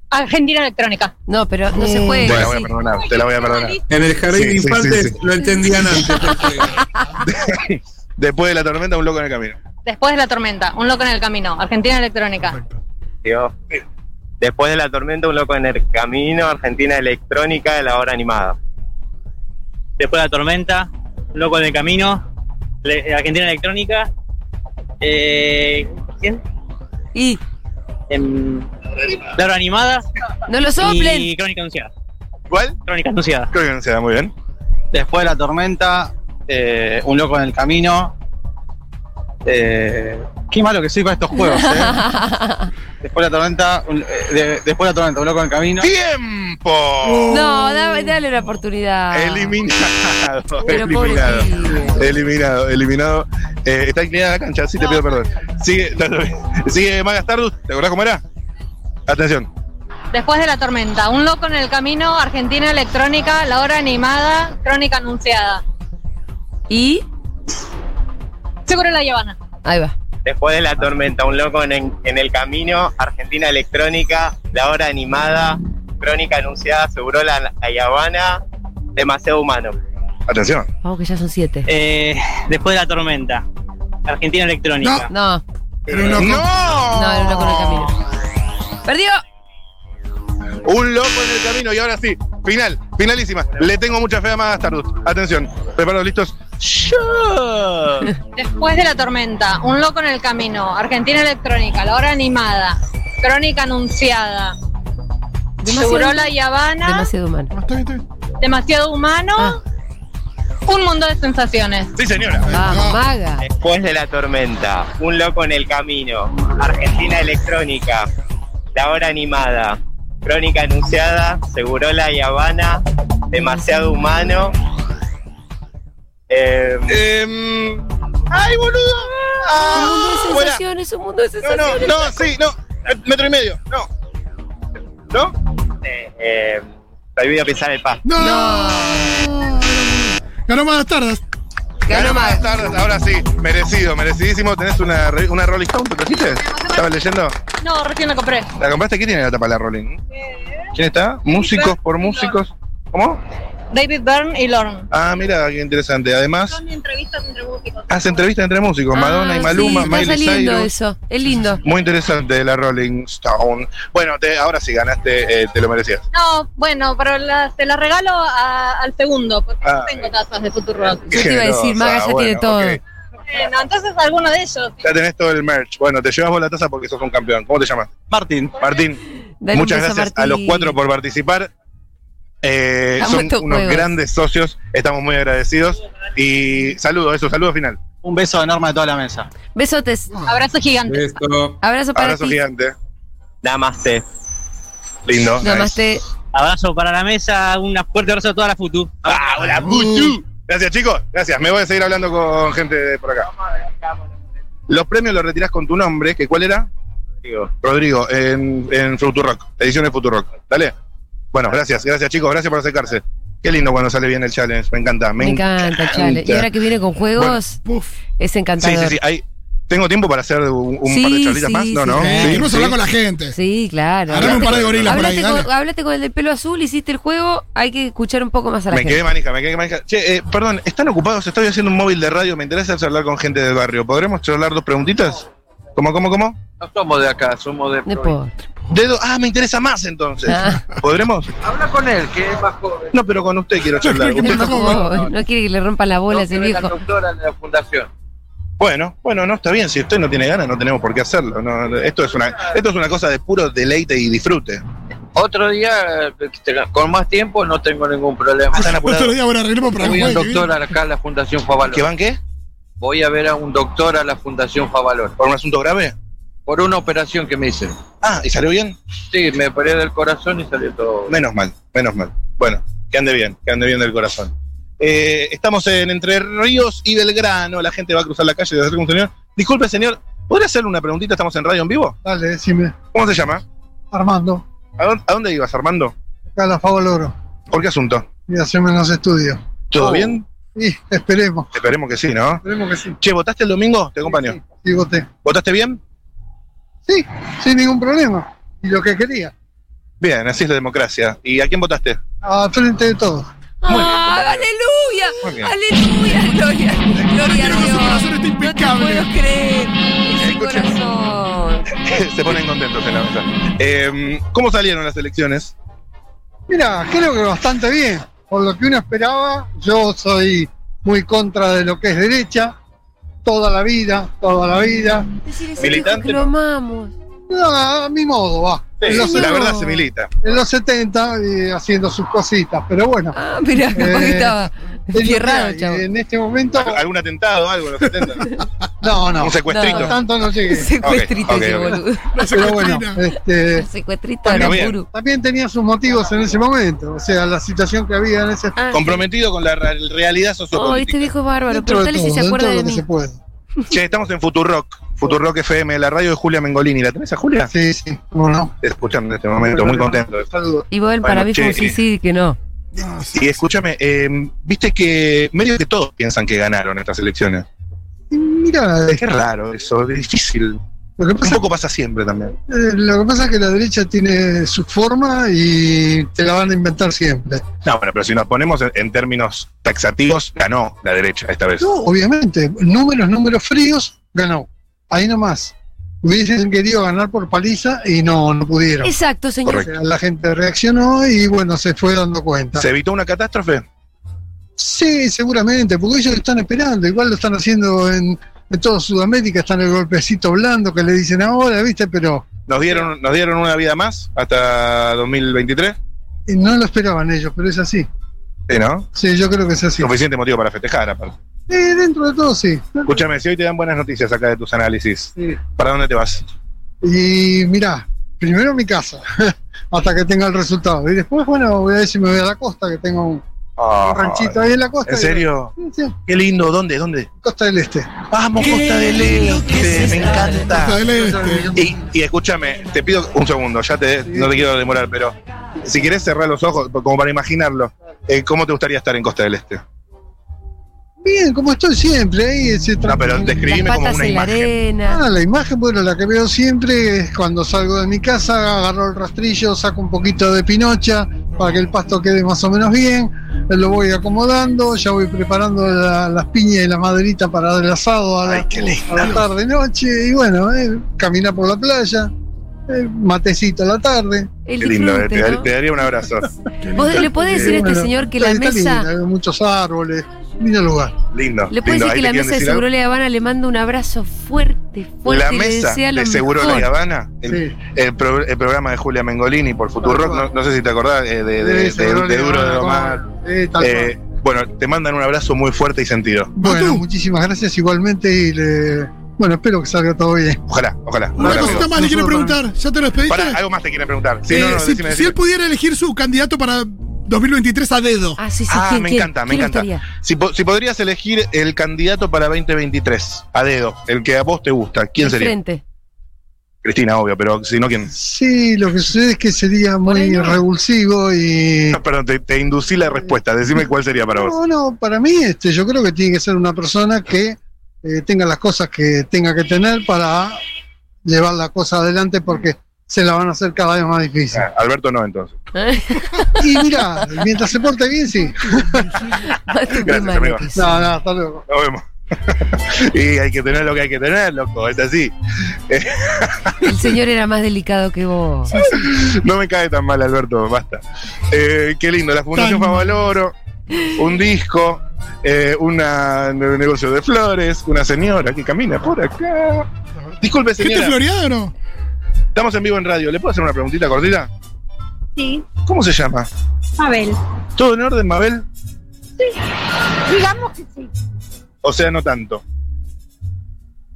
Speaker 7: Argentina Electrónica.
Speaker 1: No, pero no se
Speaker 4: Te
Speaker 1: juega.
Speaker 4: la voy a
Speaker 1: Eh, sí.
Speaker 4: perdonar, te la voy a perdonar.
Speaker 3: En el jardín
Speaker 4: Sí,
Speaker 3: de
Speaker 4: sí,
Speaker 3: infantes
Speaker 4: sí, sí.
Speaker 3: lo entendían antes.
Speaker 4: Después de la Tormenta, un loco en el camino.
Speaker 7: Después de la tormenta, un loco en el camino. Argentina Electrónica.
Speaker 8: Digo, Después de la tormenta, un loco en el camino, Argentina electrónica de la hora animada.
Speaker 6: Después de la tormenta, un loco en el camino,
Speaker 9: Le- Argentina Electrónica. Eh, ¿Quién?
Speaker 1: Y
Speaker 9: Em, claro, animadas.
Speaker 1: no lo soplen.
Speaker 9: Y Crónica Anunciada.
Speaker 4: ¿Cuál?
Speaker 9: Crónica Anunciada.
Speaker 4: Creo que no se da muy bien.
Speaker 6: Después de la tormenta, eh, un loco en el camino. Eh, qué malo que soy para estos juegos, eh. Después de la tormenta, un- eh, de- después de la tormenta, un loco en el camino.
Speaker 4: ¡Tiempo!
Speaker 1: no, dame- dale una oportunidad.
Speaker 4: Eliminado.
Speaker 1: Pero pobre
Speaker 4: eliminado.
Speaker 1: pibe.
Speaker 4: Eliminado, eliminado. Eh, está inclinada la cancha, sí, te pido perdón. Sigue, sigue Magastardus, ¿te acordás cómo era? Atención.
Speaker 7: Después de la tormenta, un loco en el camino, Argentina electrónica, la hora animada, crónica anunciada.
Speaker 1: Y
Speaker 7: Seguro la llevan.
Speaker 1: ahí va.
Speaker 8: Después de la tormenta, un loco en, en el camino, Argentina Electrónica, La Hora Animada, Crónica Anunciada, Seguro la Habana, Demasiado Humano.
Speaker 4: Atención.
Speaker 1: Vamos que ya son siete.
Speaker 9: Eh, después de la tormenta. Argentina Electrónica.
Speaker 1: No, no,
Speaker 2: Era un loco.
Speaker 1: no, era un loco en el camino. Perdió.
Speaker 4: Un loco en el camino y ahora sí, final, finalísima. Le tengo mucha fe a Magastardus. Atención, preparados, listos.
Speaker 7: Después de la tormenta, un loco en el camino, Argentina electrónica, la hora animada, crónica anunciada.
Speaker 1: Demasiado-
Speaker 7: Seguro la Habana, demasiado,
Speaker 1: Demasiado humano.
Speaker 2: Ah, está bien, está bien.
Speaker 7: humano,
Speaker 1: Ah.
Speaker 7: un mundo de sensaciones.
Speaker 4: Sí, señora.
Speaker 2: Ah.
Speaker 1: Vamos, maga.
Speaker 8: Después de la tormenta, un loco en el camino, Argentina Electrónica, La Hora Animada, Crónica Anunciada, Seguro la Habana, Demasiado Humano. eh,
Speaker 4: Em, ¡Ay, boludo!
Speaker 1: Un mundo
Speaker 4: Ah,
Speaker 1: de
Speaker 4: buena.
Speaker 1: sensaciones, un mundo de
Speaker 4: No, no,
Speaker 1: sensaciones.
Speaker 4: no, sí, no. Metro y medio, no. ¿No?
Speaker 8: eh, eh, prohibido pisar el pasto.
Speaker 2: No. Ganó más tardas.
Speaker 1: Ganó
Speaker 4: más
Speaker 1: maga.
Speaker 4: tardes, ahora sí, merecido, merecidísimo. ¿Tenés una, re- una Rolling Stone? ¿Te trajiste? ¿Estabas leyendo?
Speaker 7: No, recién la compré.
Speaker 4: ¿La compraste? ¿Qué tiene la tapa de la Rolling? ¿Quién está? ¿Músicos por músicos? ¿Cómo?
Speaker 7: David Byrne y Lorne.
Speaker 4: Ah, mira, qué interesante. Además,
Speaker 7: Son entrevistas entre músicos.
Speaker 4: hace entrevistas entre músicos, Madonna y
Speaker 1: Ah,
Speaker 4: Maluma,
Speaker 1: sí, Está
Speaker 4: Miley
Speaker 1: saliendo
Speaker 4: Cyrus.
Speaker 1: eso. Es lindo.
Speaker 4: Muy interesante la Rolling Stone. Bueno, te- ahora sí ganaste, eh, te lo merecías.
Speaker 7: No, bueno, pero la- se la regalo a- al segundo, porque
Speaker 4: Ah.
Speaker 7: no tengo tazas de Futurock.
Speaker 1: Yo te iba a decir,
Speaker 4: Generosa,
Speaker 1: Maga ya tiene
Speaker 4: bueno,
Speaker 1: todo.
Speaker 4: ok.
Speaker 7: Bueno, entonces alguno de ellos.
Speaker 4: Ya tenés todo el merch. Bueno, te llevas vos la taza porque sos un campeón. ¿Cómo te llamas?
Speaker 6: Martín.
Speaker 4: Martín.
Speaker 1: Dale un
Speaker 4: Muchas
Speaker 1: beso
Speaker 4: gracias a los
Speaker 1: Martín.
Speaker 4: cuatro por participar. Eh,
Speaker 1: Amo
Speaker 4: son
Speaker 1: estos
Speaker 4: unos
Speaker 1: juegos.
Speaker 4: grandes socios, estamos muy agradecidos. Y saludos, eso, saludo final.
Speaker 6: Un beso enorme a toda la mesa.
Speaker 1: Besotes.
Speaker 7: Abrazo gigante.
Speaker 3: Esto,
Speaker 1: Abrazo para
Speaker 4: Abrazo
Speaker 1: ti.
Speaker 4: gigante.
Speaker 8: Namaste.
Speaker 4: Lindo. nice.
Speaker 1: Namaste.
Speaker 9: Abrazo para la mesa. Un fuerte abrazo a toda la futu.
Speaker 4: Ah, hola, Butu. Gracias, chicos. Gracias. Me voy a seguir hablando con gente de por acá. Los premios los retirás con tu nombre, que cuál era?
Speaker 8: Digo,
Speaker 4: Rodrigo, en, en Futurock, ediciones Futurock. Dale. Bueno, gracias, gracias chicos, gracias por acercarse. Qué lindo cuando sale bien el challenge, me encanta. Me,
Speaker 1: Me encanta, Chale. Y ahora que viene con juegos,
Speaker 2: Puf.
Speaker 1: es
Speaker 4: Sí,
Speaker 1: encantador.
Speaker 4: sí, sí. hay- ¿Tengo tiempo para hacer un, un
Speaker 1: Sí,
Speaker 4: par de charlitas
Speaker 1: sí,
Speaker 4: más? No,
Speaker 1: sí,
Speaker 4: no.
Speaker 1: sí.
Speaker 2: Eh, queremos
Speaker 4: Sí,
Speaker 2: hablar
Speaker 4: sí.
Speaker 2: con la gente.
Speaker 1: Sí, claro.
Speaker 2: Agarrame un par de gorilas por ahí,
Speaker 1: Hablaste
Speaker 2: dale.
Speaker 1: con, hablaste con el del pelo azul, hiciste el juego, hay que escuchar un poco más a la
Speaker 4: Me
Speaker 1: gente.
Speaker 4: quedé manija, me quedé manija. Che, eh, perdón, ¿están ocupados? Estoy haciendo un móvil de radio, me interesa charlar con gente del barrio. ¿Podremos charlar dos preguntitas? ¿Cómo, cómo, cómo?
Speaker 10: No somos de acá, somos de.
Speaker 1: No puedo.
Speaker 4: Dedo, ah, me interesa más entonces.
Speaker 1: Ah,
Speaker 4: ¿Podremos?
Speaker 10: Habla con él, que es más joven.
Speaker 4: No, pero con usted quiero charlar.
Speaker 1: es
Speaker 4: Usted
Speaker 1: más
Speaker 4: está-
Speaker 1: como- no quiere que le rompan la bola a ese
Speaker 10: No, que es la
Speaker 1: viejo.
Speaker 10: doctora de la fundación.
Speaker 4: Bueno, bueno, no está bien. Si usted no tiene ganas, no tenemos por qué hacerlo. No, no, esto es una, esto es una cosa de puro deleite y disfrute.
Speaker 10: Otro día, eh, con más tiempo, no tengo ningún
Speaker 9: Ah,
Speaker 10: problema.
Speaker 4: ¿Están
Speaker 2: Otro
Speaker 4: apurados?
Speaker 2: día, bueno, arreglemos para
Speaker 10: Voy a un
Speaker 2: jugar.
Speaker 10: doctor acá a la Fundación
Speaker 4: ¿Que
Speaker 10: Favaloro.
Speaker 4: van qué?
Speaker 10: Voy a ver a un doctor a la Fundación Favaloro.
Speaker 4: ¿Por un asunto grave?
Speaker 10: Por una operación que me hice.
Speaker 4: Ah, ¿y salió bien?
Speaker 10: Sí, me operé del corazón y salió todo. bien.
Speaker 4: Menos mal, menos mal. Bueno, que ande bien, que ande bien del corazón. Eh, estamos en Entre Ríos y Belgrano. La gente va a cruzar la calle de acerca un señor. Disculpe, señor, ¿podría hacerle una preguntita? Estamos en radio en vivo.
Speaker 11: Dale, decime.
Speaker 4: ¿Cómo se llama?
Speaker 11: Armando,
Speaker 4: ¿A dónde, a dónde ibas, Armando?
Speaker 11: acá la Fago Loro.
Speaker 4: ¿Por qué asunto?
Speaker 11: Y hacerme los estudios.
Speaker 4: ¿Todo
Speaker 11: Oh.
Speaker 4: bien?
Speaker 11: Y esperemos,
Speaker 4: Esperemos que sí, ¿no?
Speaker 11: esperemos que sí.
Speaker 4: Che, ¿votaste el domingo? Te acompaño.
Speaker 11: Sí, sí, voté.
Speaker 4: ¿Votaste bien?
Speaker 11: Sí, sin ningún problema. Y lo que quería.
Speaker 4: Bien, así es la democracia. ¿Y a quién votaste?
Speaker 11: Al frente de todos.
Speaker 1: Ah,
Speaker 4: Muy bien.
Speaker 1: ¡Aleluya! ¡Aleluya! ¡Gloria! ¡Gloria
Speaker 2: Pero su
Speaker 1: a
Speaker 2: corazón
Speaker 1: Dios!
Speaker 2: está
Speaker 1: No te
Speaker 2: este impecable.
Speaker 1: puedo creer. Ese
Speaker 4: Escucha.
Speaker 1: corazón.
Speaker 4: Se ponen contentos en la mesa. Eh, ¿Cómo salieron las elecciones?
Speaker 11: Mira, creo que bastante bien. Por lo que uno esperaba, yo soy muy contra de lo que es derecha. toda la vida, toda la vida.
Speaker 1: Decirle a
Speaker 4: Militante,
Speaker 1: que lo amamos.
Speaker 11: No, a mi modo va. En los
Speaker 4: la
Speaker 11: set-
Speaker 4: verdad se milita.
Speaker 11: En los 70 eh, haciendo sus cositas, pero bueno. Eh,
Speaker 1: Ah, mirá, capaz que estaba
Speaker 11: es lo que
Speaker 1: fierrado,
Speaker 11: hay.
Speaker 1: chavo.
Speaker 11: En este momento,
Speaker 4: ¿Algún atentado algo en los 70?
Speaker 11: no, no.
Speaker 4: Un secuestrito.
Speaker 11: No, tanto no llegué.
Speaker 1: Secuestrita
Speaker 4: Ok, ok,
Speaker 1: ese
Speaker 4: ok.
Speaker 1: boludo.
Speaker 11: Pero bueno, este,
Speaker 1: Secuestrita
Speaker 4: Bueno,
Speaker 1: de
Speaker 4: bien.
Speaker 1: Puru.
Speaker 11: también tenía sus motivos en ese momento. O sea, la situación que había en ese.
Speaker 1: Ah,
Speaker 4: Comprometido con la ra- realidad
Speaker 1: oh, este
Speaker 4: sociopolítica.
Speaker 1: viejo es bárbaro.
Speaker 11: dentro de
Speaker 1: Pregúntale si
Speaker 11: todo,
Speaker 1: se
Speaker 11: dentro
Speaker 1: acuerda
Speaker 11: de
Speaker 1: de
Speaker 11: lo que
Speaker 1: mí.
Speaker 11: se puede.
Speaker 4: Che, estamos en Futurock. Futurock FM, la radio de Julia Mengolini. ¿La tenés a Julia?
Speaker 11: Sí, sí, cómo no.
Speaker 4: Te escuchan en este momento, muy contento.
Speaker 11: Saludos.
Speaker 1: Y bueno, para
Speaker 4: Bueno,
Speaker 1: mí fue un
Speaker 4: che. eh.
Speaker 1: sí, sí, que no.
Speaker 2: No, sí.
Speaker 4: Y escúchame, eh, viste que medio que todos piensan que ganaron estas elecciones.
Speaker 11: Y eh, Mira,
Speaker 4: Qué raro eso, es difícil.
Speaker 11: lo que
Speaker 4: Un
Speaker 11: pasa
Speaker 4: poco pasa siempre también.
Speaker 11: Eh, Lo que pasa es que la derecha tiene su forma y te la van a inventar siempre.
Speaker 4: No, bueno, pero si nos ponemos en, en términos taxativos, ganó la derecha esta vez.
Speaker 11: No, obviamente, números, números fríos, ganó. Ahí nomás. Hubiesen querido ganar por paliza y no, no pudieron.
Speaker 1: Exacto, señor.
Speaker 4: Correcto.
Speaker 11: La gente reaccionó y bueno, se fue dando cuenta.
Speaker 4: ¿Se evitó una catástrofe?
Speaker 11: Sí, seguramente, porque ellos lo están esperando, igual lo están haciendo en, en toda Sudamérica, están el golpecito blando que le dicen ahora, ¿viste? Pero
Speaker 4: ¿Nos dieron, ¿Nos dieron una vida más hasta 2023?
Speaker 11: eh, no lo esperaban ellos, pero es así.
Speaker 4: Sí, ¿no?
Speaker 11: Sí, yo creo que es así.
Speaker 4: Suficiente motivo para festejar, aparte.
Speaker 11: Eh, dentro de todo, sí.
Speaker 4: Escúchame, si hoy te dan buenas noticias acá de tus análisis,
Speaker 11: Sí.
Speaker 4: ¿para dónde te vas?
Speaker 11: Y mirá, primero mi casa, hasta que tenga el resultado. Y después, bueno, voy a ver si me voy a la costa, que tengo un
Speaker 4: Ah,
Speaker 11: ranchito ahí en la costa.
Speaker 4: ¿En serio?
Speaker 11: Sí, sí,
Speaker 4: Qué lindo, ¿dónde? ¿Dónde?
Speaker 11: Costa del Este.
Speaker 4: Vamos, Costa del Este, me
Speaker 2: Costa
Speaker 4: encanta.
Speaker 2: del Este.
Speaker 4: Y, y escúchame, te pido un segundo, ya te, no te quiero demorar, pero si querés cerrar los ojos, como para imaginarlo, eh, ¿cómo te gustaría estar en Costa del Este?
Speaker 11: Bien, como estoy siempre ahí. ese
Speaker 4: No, pero
Speaker 11: tranquilo.
Speaker 1: Las
Speaker 4: describime como
Speaker 1: patas
Speaker 4: una
Speaker 1: en la
Speaker 4: imagen.
Speaker 1: arena.
Speaker 11: Ah, la imagen, bueno, la que veo siempre es cuando salgo de mi casa, agarro el rastrillo, saco un poquito de pinocha para que el pasto quede más o menos bien, lo voy acomodando, ya voy preparando la- las piñas y la maderita para el asado a la,
Speaker 4: Ay, qué lindo.
Speaker 11: a la tarde, noche, y bueno, eh, caminar por la playa, eh, matecito a la tarde.
Speaker 1: El
Speaker 4: Qué lindo, eh,
Speaker 1: disfrute,
Speaker 4: te, dar-
Speaker 1: ¿no?
Speaker 4: te daría un abrazo.
Speaker 1: ¿Vos le podés decir a este
Speaker 11: Bueno,
Speaker 1: señor que la
Speaker 11: está
Speaker 1: mesa...
Speaker 11: linda, hay muchos árboles, mira el lugar.
Speaker 4: Lindo.
Speaker 1: Le puedes
Speaker 4: Ah, lindo.
Speaker 1: decir que
Speaker 4: Ahí
Speaker 1: la
Speaker 4: te quieren
Speaker 1: mesa de
Speaker 4: decir algo.
Speaker 1: Seguro de Habana le manda un abrazo fuerte, fuerte.
Speaker 4: La
Speaker 1: y le
Speaker 4: mesa
Speaker 1: desea lo
Speaker 4: de Seguro
Speaker 1: mejor.
Speaker 4: La Habana, el,
Speaker 11: Sí.
Speaker 4: el pro- el programa de Julia Mengolini por Futurock, no, no sé si te acordás eh, de, de, de-
Speaker 11: Seguro
Speaker 4: de
Speaker 11: le
Speaker 4: Duro
Speaker 11: van
Speaker 4: de
Speaker 11: a
Speaker 4: Omar.
Speaker 11: comer. Eh, tal cual.
Speaker 4: Eh, bueno, te mandan un abrazo muy fuerte y sentido.
Speaker 11: Bueno,
Speaker 2: Matú.
Speaker 11: muchísimas gracias igualmente y le- bueno, espero que salga todo bien.
Speaker 4: Ojalá, ojalá. Un
Speaker 2: Una
Speaker 4: abrazo.
Speaker 2: cosita más le quiero
Speaker 11: Nosotros
Speaker 2: preguntar. ¿Ya te lo despediste?
Speaker 4: Pará, algo más te quieren preguntar. Sí,
Speaker 2: Eh,
Speaker 4: no, no,
Speaker 2: si,
Speaker 4: decime,
Speaker 2: si
Speaker 4: decime.
Speaker 2: él pudiera elegir su candidato para 2023 a dedo.
Speaker 1: Ah, sí, sí,
Speaker 4: Ah,
Speaker 1: ¿quién-
Speaker 4: me
Speaker 1: quién-
Speaker 4: encanta, me
Speaker 1: quién
Speaker 4: encanta.
Speaker 1: gustaría?
Speaker 4: Si, po- si podrías elegir el candidato para 2023, a dedo, el que a vos te gusta, ¿quién
Speaker 1: De
Speaker 4: sería?
Speaker 1: frente.
Speaker 4: Cristina, obvio, pero si no, ¿quién?
Speaker 11: Sí, lo que sucede es que sería muy
Speaker 1: Bueno.
Speaker 11: revulsivo y
Speaker 4: No, perdón, te, te inducí la respuesta. Decime cuál sería para vos.
Speaker 11: no, no, para mí este yo creo que tiene que ser una persona que eh, tenga las cosas que tenga que tener para llevar la cosa adelante porque se la van a hacer cada vez más difícil.
Speaker 4: Ah, Alberto no, entonces.
Speaker 11: Y mira, mientras se porte bien, sí.
Speaker 1: Mate, qué
Speaker 4: Gracias,
Speaker 1: malo
Speaker 4: amigo.
Speaker 1: que es.
Speaker 11: No, no, hasta luego.
Speaker 4: Nos vemos. y hay que tener lo que hay que tener, loco. Es así. Eh,
Speaker 1: El señor era más delicado que vos.
Speaker 4: No me cae tan mal, Alberto, basta. Eh, qué lindo, la Fundación
Speaker 2: Tan-
Speaker 4: Favaloro, un disco, eh, una- un negocio de flores, una señora que camina por acá. Disculpe,
Speaker 2: ¿Gente
Speaker 4: señora,
Speaker 2: floreada o no?
Speaker 4: estamos en vivo en radio. ¿Le puedo hacer una preguntita cortita?
Speaker 7: Sí,
Speaker 4: ¿Cómo se llama?
Speaker 7: Abel.
Speaker 4: ¿Todo en orden, Mabel?
Speaker 7: Digamos que sí.
Speaker 4: O sea, no tanto.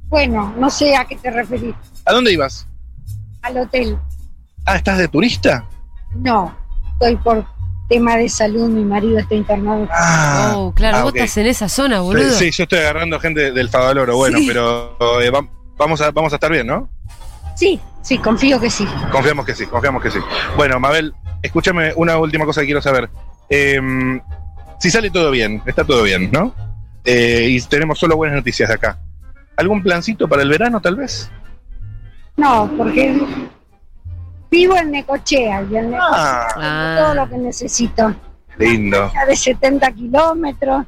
Speaker 7: Bueno, no sé a qué te referís.
Speaker 4: ¿A dónde ibas?
Speaker 7: Al hotel.
Speaker 4: Ah, ¿estás de turista?
Speaker 7: No, estoy por tema de salud. Mi marido está internado.
Speaker 4: Ah.
Speaker 1: Oh, claro,
Speaker 4: ah,
Speaker 1: vos
Speaker 4: ok.
Speaker 1: estás en esa zona, boludo.
Speaker 4: Sí, yo estoy agarrando gente del Favaloro, bueno,
Speaker 1: Sí.
Speaker 4: pero eh, vam- vamos, a, vamos a estar bien, ¿no?
Speaker 7: Sí, sí, confío que sí.
Speaker 4: Confiamos que sí, confiamos que sí. Bueno, Mabel, escúchame una última cosa que quiero saber. Eh, si sale todo bien, está todo bien, ¿no? Eh, y tenemos solo buenas noticias de acá. ¿Algún plancito para el verano, tal vez?
Speaker 7: No, porque vivo en Necochea y en Necochea
Speaker 4: Ah,
Speaker 1: Ah.
Speaker 7: tengo todo lo que necesito.
Speaker 4: lindo.
Speaker 7: Ya De 70 kilómetros.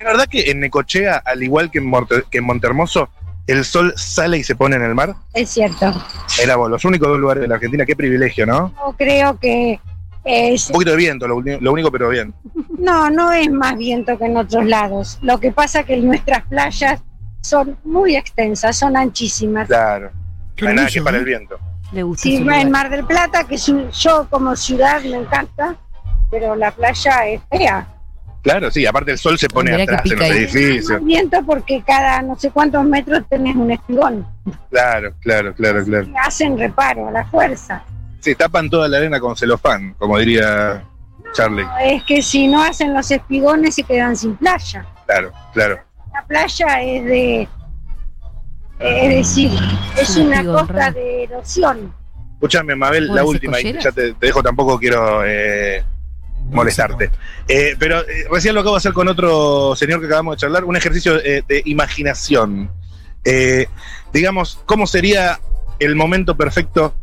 Speaker 4: La verdad que en Necochea, al igual que en, Morte- que en Montermoso, el sol sale y se pone en el mar.
Speaker 7: Es cierto.
Speaker 4: Era vos, los únicos dos lugares de la Argentina, qué privilegio, ¿no?
Speaker 7: Yo creo que es
Speaker 4: Un poquito de viento, lo, uni- lo único, pero bien.
Speaker 7: No, no es más viento que en otros lados. Lo que pasa que en nuestras playas
Speaker 12: son muy extensas, son anchísimas.
Speaker 4: Claro. No hay nada que para el viento.
Speaker 1: Le gusta
Speaker 12: Sí,
Speaker 1: ese
Speaker 12: en
Speaker 1: lugar.
Speaker 12: Mar del Plata, que es un- yo como ciudad me encanta, pero la playa es fea.
Speaker 4: Claro, sí, aparte el sol se pone
Speaker 1: Mirá que
Speaker 4: atrás en
Speaker 1: pica
Speaker 4: los
Speaker 1: ahí.
Speaker 4: edificios.
Speaker 12: El viento porque cada no sé cuántos metros tenés un espigón.
Speaker 4: Claro, claro, claro, claro.
Speaker 12: Hacen reparo a la fuerza.
Speaker 4: Sí, tapan toda la arena con celofán, como diría Charlie.
Speaker 12: Es que si no hacen los espigones se quedan sin playa.
Speaker 4: Claro, claro.
Speaker 12: La playa es de... Es decir, es
Speaker 1: un
Speaker 12: una
Speaker 1: espigón
Speaker 12: costa
Speaker 1: raro.
Speaker 12: de erosión.
Speaker 4: Escuchame, Mabel,
Speaker 1: ¿Vos
Speaker 4: la
Speaker 1: decís
Speaker 4: última, y
Speaker 1: collera?
Speaker 4: ya te, te dejo, tampoco quiero eh, molestarte. Eh, pero eh, recién lo acabo de hacer con otro señor que acabamos de charlar, un ejercicio eh, de imaginación. Eh, digamos, ¿cómo sería el momento perfecto?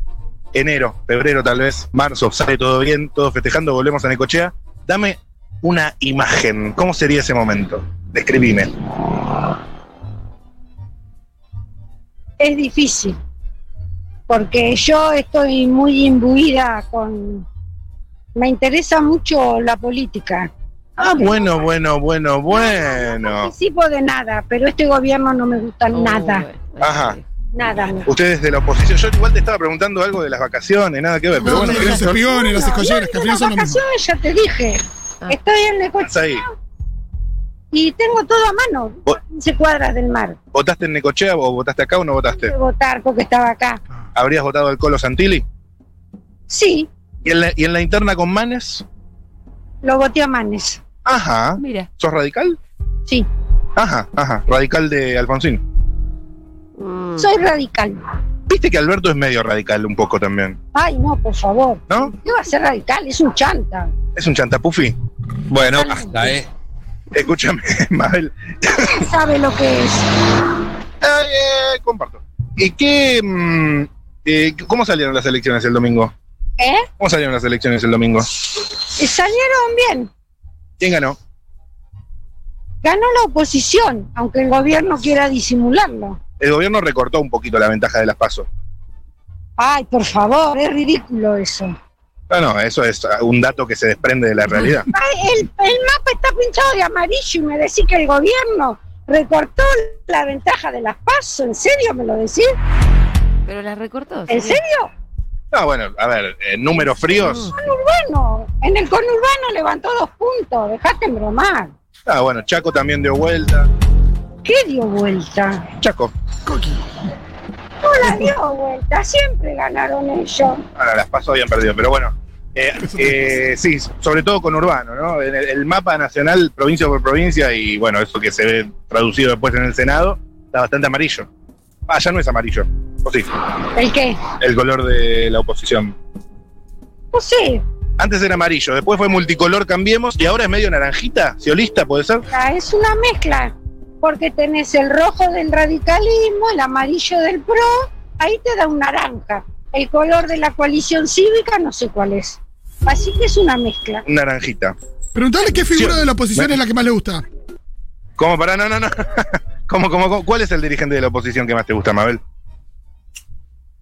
Speaker 4: Enero, febrero tal vez, marzo, sale todo bien, todos festejando, volvemos a Necochea. Dame una imagen, ¿cómo sería ese momento? Describime.
Speaker 12: es difícil, porque yo estoy muy imbuida con... Me interesa mucho la política.
Speaker 4: Ah, bueno, bueno, bueno, bueno.
Speaker 12: Participo de nada, pero este gobierno no me gusta
Speaker 1: Oh,
Speaker 12: nada,
Speaker 1: bueno.
Speaker 4: Ajá.
Speaker 12: nada. me-
Speaker 4: Ustedes de la oposición, yo igual te estaba preguntando algo de las vacaciones, nada que ver, pero
Speaker 2: No,
Speaker 4: bueno,
Speaker 2: no, los
Speaker 4: ¿querés hacer-
Speaker 2: espigones, las
Speaker 12: No,
Speaker 2: escolleras, que
Speaker 12: yo
Speaker 2: al
Speaker 12: en
Speaker 2: final
Speaker 12: las
Speaker 2: son lo mismo.
Speaker 12: vacaciones ya te dije,
Speaker 1: Ah.
Speaker 12: estoy en Necochea
Speaker 4: estás ahí?
Speaker 12: y tengo todo a mano,
Speaker 4: Vos-
Speaker 12: 15 cuadras del mar.
Speaker 4: ¿Votaste en Necochea o votaste acá o no votaste?
Speaker 12: Pude votar porque estaba acá.
Speaker 4: ¿Habrías votado al Colo Santilli?
Speaker 12: Sí,
Speaker 4: ¿Y en la, y en la interna con Manes?
Speaker 12: lo voté a Manes.
Speaker 4: Ajá.
Speaker 1: Ah, Mira,
Speaker 4: ¿Sos radical?
Speaker 12: Sí,
Speaker 4: Ajá, ajá. Radical de Alfonsín.
Speaker 1: Mm.
Speaker 12: soy radical.
Speaker 4: Viste que Alberto es medio radical un poco también,
Speaker 12: Ay, no, por favor.
Speaker 4: ¿no?
Speaker 12: ¿Qué va a ser radical? Es un chanta.
Speaker 4: Es un chantapufi.
Speaker 3: Bueno, hasta, ¿eh?
Speaker 4: Escúchame, Mabel.
Speaker 12: ¿Quién sabe lo que es?
Speaker 4: Eh, eh, comparto. ¿Y qué. mm, eh, ¿Cómo salieron las elecciones el domingo?
Speaker 12: ¿Eh?
Speaker 4: ¿Cómo salieron las elecciones el domingo?
Speaker 12: Y Salieron bien.
Speaker 4: ¿Quién ganó?
Speaker 12: Ganó la oposición, aunque el gobierno quiera disimularlo.
Speaker 4: El gobierno recortó un poquito la ventaja de las pasos.
Speaker 12: Ay, por favor, es ridículo eso.
Speaker 4: No, no, eso es ah, un dato que se desprende de la realidad.
Speaker 12: Ay, el, el mapa está pinchado de amarillo y me decís que el gobierno recortó la ventaja de las PASO. ¿En serio me lo decís?
Speaker 1: pero las recortó.
Speaker 12: ¿En
Speaker 1: sí.
Speaker 12: serio?
Speaker 4: No, bueno, a ver, eh, números fríos.
Speaker 12: Bueno, en el conurbano levantó dos puntos. Dejate bromar.
Speaker 4: Ah, bueno, Chaco también dio vuelta.
Speaker 12: ¿Qué dio vuelta?
Speaker 4: Chaco,
Speaker 12: No la dio vuelta. Siempre ganaron ellos.
Speaker 4: ahora Ah, las pasó habían perdido, pero bueno. Eh, eh, sí, sobre todo con Urbano, ¿no? En el, el mapa nacional, provincia por provincia, y bueno, eso que se ve traducido después en el Senado, está bastante amarillo. Ah, ya no es amarillo. O sí,
Speaker 12: ¿El qué?
Speaker 4: el color de la oposición.
Speaker 12: No sé.
Speaker 4: Antes era amarillo, después fue multicolor, cambiemos, y ahora es medio naranjita, ciolista, puede ser.
Speaker 12: mezcla, es una mezcla, porque tenés el rojo del radicalismo, el amarillo del PRO, ahí te da un naranja. El color de la coalición cívica no sé cuál es. Así que es una mezcla.
Speaker 4: Naranjita.
Speaker 2: Preguntale qué figura
Speaker 4: Sí.
Speaker 2: de la oposición
Speaker 4: Me-
Speaker 2: es la que más le gusta.
Speaker 4: ¿Cómo? Pará, no, no, no. ¿Cómo, cómo, cómo? ¿Cuál es el dirigente de la oposición que más te gusta, Mabel?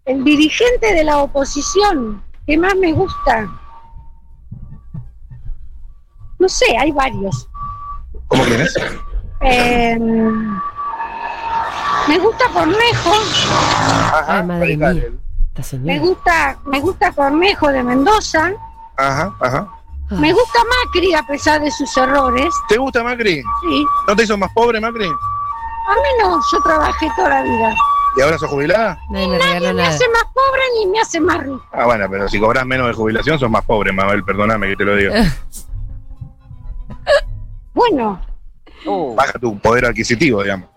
Speaker 12: El dirigente de la oposición, que más me gusta. No sé, hay varios.
Speaker 4: ¿Cómo quién es?
Speaker 12: Eh, me gusta Cornejo,
Speaker 4: Ajá,
Speaker 1: Ay, madre
Speaker 4: radical,
Speaker 1: mía.
Speaker 4: él.
Speaker 1: Está
Speaker 12: me
Speaker 1: soñando.
Speaker 12: gusta, me gusta Cornejo de Mendoza,
Speaker 4: Ajá, ajá.
Speaker 1: Ah,
Speaker 12: me gusta Macri a pesar de sus errores,
Speaker 4: ¿Te gusta Macri?
Speaker 12: sí.
Speaker 4: ¿No te hizo más pobre, Macri?
Speaker 12: A mí no, yo trabajé toda la vida.
Speaker 4: ¿Y ahora sos jubilada?
Speaker 1: Nadie me regaló
Speaker 12: Nadie me
Speaker 1: nada.
Speaker 12: hace más pobre ni me hace más rico.
Speaker 4: Ah, bueno, pero si cobras menos de jubilación sos más pobre, Mabel, perdóname que te lo diga.
Speaker 12: Bueno,
Speaker 4: Baja tu poder adquisitivo, digamos.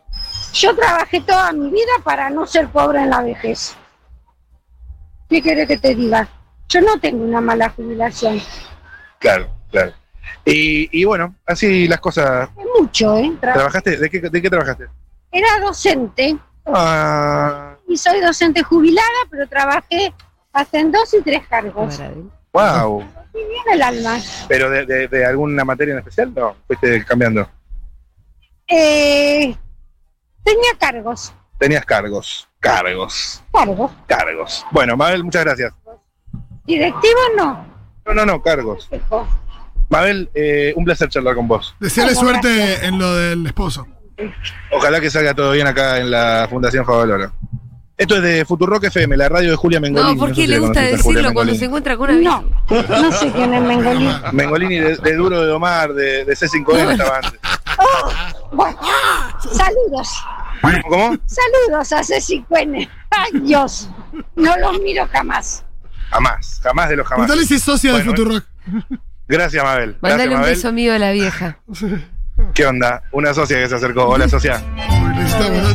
Speaker 12: yo trabajé toda mi vida para no ser pobre en la vejez. ¿Qué querés que te diga? Yo no tengo una mala jubilación.
Speaker 4: Claro, claro. Y, y bueno, así las cosas.
Speaker 12: Es mucho, ¿eh? Tra-
Speaker 4: ¿Trabajaste? ¿De qué, de qué trabajaste?
Speaker 12: Era docente
Speaker 4: Ah,
Speaker 12: y soy docente jubilada, pero trabajé hasta en dos y tres cargos.
Speaker 1: Maravilla.
Speaker 4: wow.
Speaker 12: Y bien el alma.
Speaker 4: ¿Pero de, de- de alguna materia en especial? No, fuiste cambiando.
Speaker 12: Eh, tenía cargos,
Speaker 4: Tenías cargos, cargos,
Speaker 12: cargos.
Speaker 4: cargos. Bueno, Mabel, muchas gracias.
Speaker 12: Directivo no.
Speaker 4: No, no, no, cargos.
Speaker 12: Hijo.
Speaker 4: Mabel, eh, un placer charlar con vos.
Speaker 2: Deseale
Speaker 12: Bueno,
Speaker 4: Ah,
Speaker 2: suerte en lo del esposo.
Speaker 4: Ojalá que salga todo bien acá en la Fundación Favaloro. Esto es de Futurock FM, la radio de Julia Mengolini.
Speaker 1: No, ¿por qué
Speaker 4: sé si
Speaker 1: le
Speaker 4: la
Speaker 1: gusta
Speaker 4: conociste, Julia
Speaker 1: decirlo cuando
Speaker 4: Mengolini.
Speaker 1: se encuentra con una No,
Speaker 12: no sé quién es Mengolini.
Speaker 4: Mengolini de, de Duro de Omar, de, de C5N estaba antes.
Speaker 12: Bueno, saludos.
Speaker 4: ¿Cómo?
Speaker 12: Saludos a C5N. Ay, Dios. No los miro jamás.
Speaker 4: Jamás, jamás de los jamás.
Speaker 2: Preguntale si es socia
Speaker 4: Bueno,
Speaker 2: de Futurock.
Speaker 4: Gracias, Mabel. Gracias,
Speaker 1: Mandale un
Speaker 4: Mabel.
Speaker 1: beso mío a la vieja.
Speaker 4: ¿Qué onda? Una socia que se acercó. Hola, socia.
Speaker 2: Necesitamos-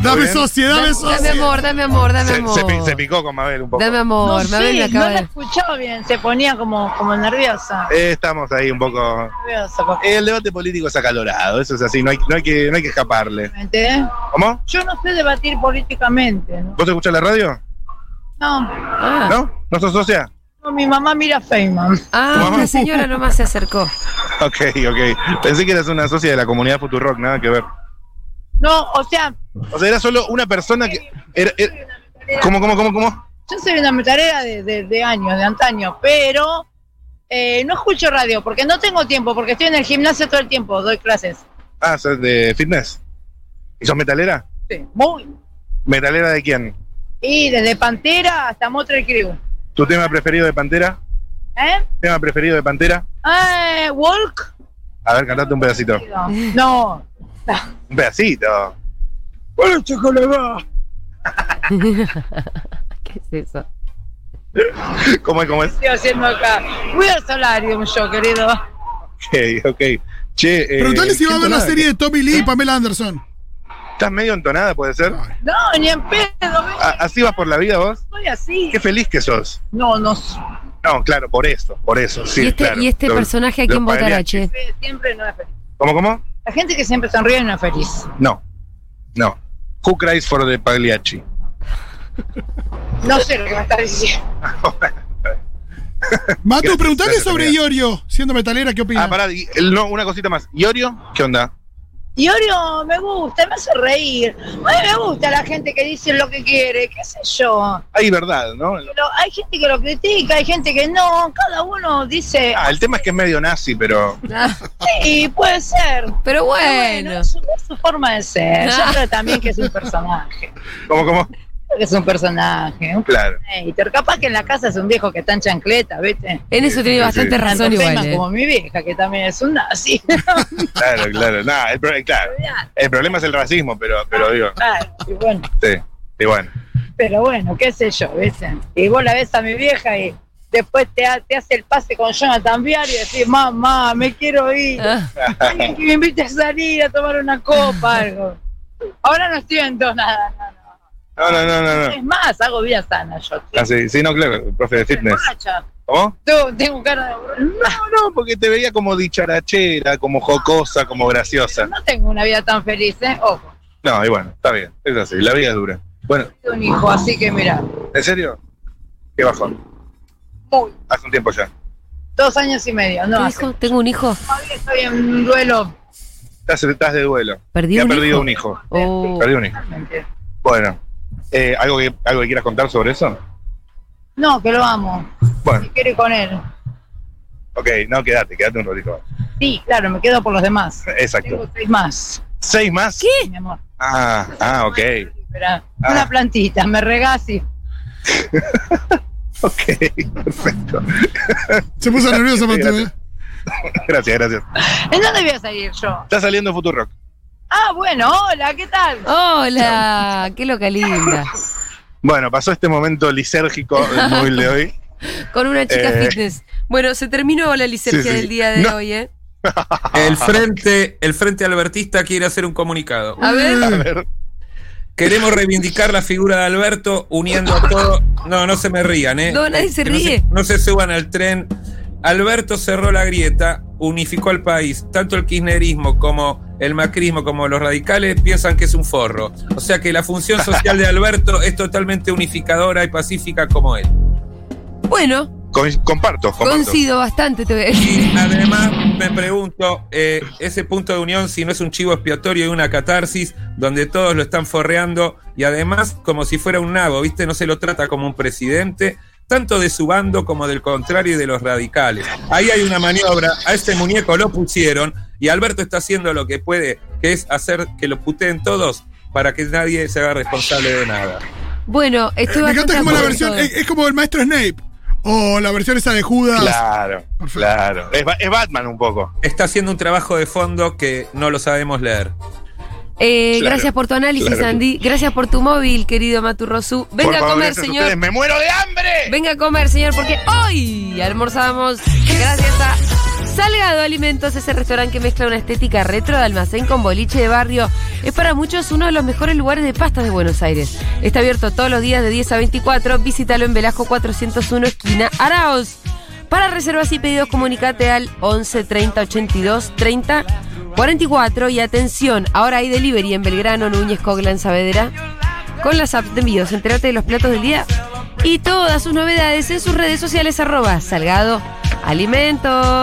Speaker 2: Dame
Speaker 4: bien.
Speaker 2: socia, dame
Speaker 1: Dame, dame
Speaker 2: socia.
Speaker 1: amor, dame amor, dame
Speaker 4: Se,
Speaker 1: amor.
Speaker 4: se pi- se picó con Mabel un poco.
Speaker 1: Dame amor,
Speaker 13: no,
Speaker 1: Mabel me eh.
Speaker 13: sé,
Speaker 1: acaba
Speaker 13: no la
Speaker 1: de...
Speaker 13: escuchó bien, se ponía como, como nerviosa.
Speaker 4: Eh, estamos ahí un poco.
Speaker 13: nerviosa por-
Speaker 4: Eh, El debate político es acalorado, eso es así, no hay, no hay, que, no hay que escaparle.
Speaker 13: ¿eh?
Speaker 4: ¿Cómo?
Speaker 13: Yo no sé debatir políticamente. ¿no?
Speaker 4: ¿Vos escuchás la radio?
Speaker 13: No,
Speaker 4: ¿No? ¿No sos socia?
Speaker 13: no, mi mamá mira Feynman.
Speaker 1: Ah, la señora nomás se acercó.
Speaker 4: Ok, ok. Pensé que eras una socia de la comunidad Futurock, nada que ver.
Speaker 13: No, o sea,
Speaker 4: O sea, era solo una persona que. Era, era- ¿Cómo, cómo, cómo, cómo?
Speaker 13: yo soy una metalera de, de, de años, de antaño, pero eh, no escucho radio porque no tengo tiempo, porque estoy en el gimnasio todo el tiempo, doy clases.
Speaker 4: Ah, sos de fitness. ¿Y sos metalera?
Speaker 13: Sí, muy.
Speaker 4: ¿Metalera de quién?
Speaker 13: Y desde Pantera hasta Motor Crew.
Speaker 4: ¿Tu tema preferido de Pantera?
Speaker 13: ¿Eh?
Speaker 4: ¿Tema preferido de Pantera?
Speaker 13: Eh, Walk.
Speaker 4: A ver, cantate un pedacito.
Speaker 13: No.
Speaker 4: Un pedacito.
Speaker 13: Bueno, chocolate.
Speaker 1: ¿Qué es eso?
Speaker 4: ¿Cómo es, cómo es?
Speaker 13: estoy haciendo acá? Voy al solarium yo, querido.
Speaker 4: Ok, ok. Che, eh,
Speaker 2: Preguntale si va a ver la
Speaker 4: entonada.
Speaker 2: serie de Tommy
Speaker 4: ¿Eh?
Speaker 2: Lee y Pamela Anderson.
Speaker 4: ¿Estás medio entonada, puede ser?
Speaker 13: No, ni en pedo, ven,
Speaker 4: A- ¿Así vas por la vida vos?
Speaker 13: soy así.
Speaker 4: Qué feliz que sos.
Speaker 13: No, no, s-
Speaker 4: No, claro, por eso, por eso, sí,
Speaker 1: ¿Y este,
Speaker 4: claro.
Speaker 1: y este
Speaker 4: Los-
Speaker 1: personaje a
Speaker 4: los
Speaker 1: quién votará,
Speaker 4: padres-
Speaker 1: che?
Speaker 13: siempre no es feliz.
Speaker 4: ¿Cómo, cómo?
Speaker 13: La gente que siempre sonríe no es feliz.
Speaker 4: No, no. Who cries for the Pagliacci?
Speaker 13: No sé lo que me estás diciendo.
Speaker 2: Matu,
Speaker 4: Gracias,
Speaker 2: preguntale
Speaker 4: gracias,
Speaker 2: sobre
Speaker 4: amiga.
Speaker 2: Iorio, siendo metalera, ¿qué
Speaker 4: Ah,
Speaker 2: opinas?
Speaker 4: pará, y- el- no, una cosita más. ¿Iorio? ¿Qué onda?
Speaker 13: Y Orio me gusta, me hace reír. A mí me gusta la gente que dice lo que quiere, qué sé yo.
Speaker 4: Hay verdad, ¿no?
Speaker 13: Pero hay gente que lo critica, hay gente que no. Cada uno dice,
Speaker 4: Ah, el tema es que es medio nazi, pero
Speaker 13: sí, puede ser.
Speaker 1: Pero
Speaker 13: bueno,
Speaker 1: bueno. Ah.
Speaker 13: es su, es su forma de ser. Yo creo también que es un personaje.
Speaker 4: ¿cómo, cómo?
Speaker 13: Creo que es un personaje, un
Speaker 4: Claro.
Speaker 13: hater. Capaz que en la casa es un viejo que está en chancleta, ¿viste?
Speaker 1: En eso tiene
Speaker 4: Sí,
Speaker 1: bastante
Speaker 4: sí.
Speaker 1: razón
Speaker 13: Tanto
Speaker 1: igual.
Speaker 13: Feynman
Speaker 1: eh.
Speaker 13: como mi vieja, que también es un nazi.
Speaker 4: Claro, claro. Nah, el, pro- eh, claro. el problema es el racismo, pero, pero digo,
Speaker 13: Claey, y bueno,
Speaker 4: sí. Y bueno,
Speaker 13: pero bueno, qué sé yo, ¿viste? Y vos la ves a mi vieja y después te, ha- te hace el pase con Jonathan Viar y decís, mamá, me quiero ir.
Speaker 1: Ah.
Speaker 13: Alguien que me invite a salir a tomar una copa, algo. Ahora no estoy en dos nada. nada.
Speaker 4: no, no, Ah, no, no. no.
Speaker 13: Es más, hago vida sana yo.
Speaker 4: Ah, sí, sí, no, claro, el profe de fitness.
Speaker 13: Borracha.
Speaker 4: ¿Cómo?
Speaker 13: Tengo, tengo cara de borracha.
Speaker 4: No, no, porque te veía como dicharachera, como jocosa, como graciosa.
Speaker 13: No tengo una vida tan feliz, ¿eh? Ojo,
Speaker 4: No, y bueno, está bien, es así, la vida es dura. Bueno,
Speaker 13: tengo un hijo, así que mira,
Speaker 4: ¿en serio? Qué bajón.
Speaker 13: muy,
Speaker 4: Hace un tiempo ya.
Speaker 13: dos años y medio, no
Speaker 1: ¿Tengo
Speaker 13: hace.
Speaker 1: hijo? ¿Tengo un hijo?
Speaker 13: Todavía estoy en un duelo.
Speaker 4: Estás, estás de duelo.
Speaker 1: ¿Perdí
Speaker 4: Que ha
Speaker 1: un
Speaker 4: perdido
Speaker 1: hijo?
Speaker 4: un hijo.
Speaker 1: Oh.
Speaker 4: Perdió un hijo. Bueno, eh, ¿algo, que, ¿algo que quieras contar sobre eso?
Speaker 13: No, que lo amo.
Speaker 4: Bueno,
Speaker 13: Me quiero ir con él.
Speaker 4: ok, no, quédate, quédate un ratito más.
Speaker 13: Sí, claro, me quedo por los demás.
Speaker 4: Exacto.
Speaker 13: Tengo seis más.
Speaker 4: ¿Seis más?
Speaker 13: Mi amor.
Speaker 4: Ah, ah, ok.
Speaker 13: Espera,
Speaker 4: Ah.
Speaker 13: Una plantita, me regás y.
Speaker 4: Ok, perfecto.
Speaker 2: Se puso nerviosa, Matu, ¿eh?
Speaker 4: Gracias, gracias.
Speaker 13: ¿En dónde voy a salir yo?
Speaker 4: Está saliendo Futuro
Speaker 13: Ah, bueno, hola, ¿qué tal?
Speaker 1: Hola, Ah, qué loca linda.
Speaker 4: Bueno, pasó este momento lisérgico del móvil de hoy.
Speaker 1: Con una chica
Speaker 4: Eh.
Speaker 1: fitness. Bueno, se terminó la licencia
Speaker 4: Sí, sí.
Speaker 1: del día de
Speaker 4: No.
Speaker 1: hoy, ¿eh?
Speaker 3: El frente, el frente albertista quiere hacer un comunicado.
Speaker 1: A ver,
Speaker 4: A ver,
Speaker 3: Queremos reivindicar la figura de Alberto uniendo a todo. No, no se me rían, ¿eh?
Speaker 1: No, nadie se
Speaker 3: Que no
Speaker 1: ríe.
Speaker 3: No se, suban al tren. Alberto cerró la grieta, unificó al país. Tanto el kirchnerismo como el macrismo como los radicales piensan que es un forro. O sea que la función social de Alberto es totalmente unificadora y pacífica como él.
Speaker 1: bueno,
Speaker 4: con- comparto, comparto.
Speaker 1: coincido bastante, te voy a decir.
Speaker 3: Y además me pregunto, eh, ese punto de unión, si no es un chivo expiatorio y una catarsis, donde todos lo están forreando, y además como si fuera un nabo, ¿viste? No se lo trata como un presidente, tanto de su bando como del contrario y de los radicales. Ahí hay una maniobra, a este muñeco lo pusieron, y Alberto está haciendo lo que puede que es hacer que los puteen todos para que nadie se haga responsable de nada.
Speaker 1: Bueno, estoy
Speaker 2: Me
Speaker 1: bastante
Speaker 2: encanta como la
Speaker 1: de
Speaker 2: versión,
Speaker 1: acuerdo.
Speaker 2: es, es como el maestro Snape. O la versión esa de Judas.
Speaker 4: Claro, claro. Es, Ba- es Batman un poco.
Speaker 3: Está haciendo un trabajo de fondo que no lo sabemos leer.
Speaker 1: Eh,
Speaker 3: Claro,
Speaker 1: gracias por tu análisis,
Speaker 3: claro que
Speaker 1: Andy. Gracias por tu móvil, querido Maturrosu. Venga
Speaker 4: Por
Speaker 1: a
Speaker 4: favor,
Speaker 1: comer,
Speaker 4: gracias a
Speaker 1: señor.
Speaker 4: ustedes. ¡Me muero de hambre!
Speaker 1: Venga a comer, señor, porque hoy almorzamos gracias a Salgado Alimentos, ese restaurante que mezcla una estética retro de almacén con boliche de barrio. Es para muchos uno de los mejores lugares de pastas de Buenos Aires. Está abierto todos los días de 10 a 24. Visítalo en Velasco 401, esquina Araos. Para reservas y pedidos, comunicate al 11 30 82 30 44. Y atención, ahora hay delivery en Belgrano, Núñez, Coglan, Saavedra con las apps de envíos. Entérate de los platos del día y todas sus novedades en sus redes sociales arroba salgado alimentos.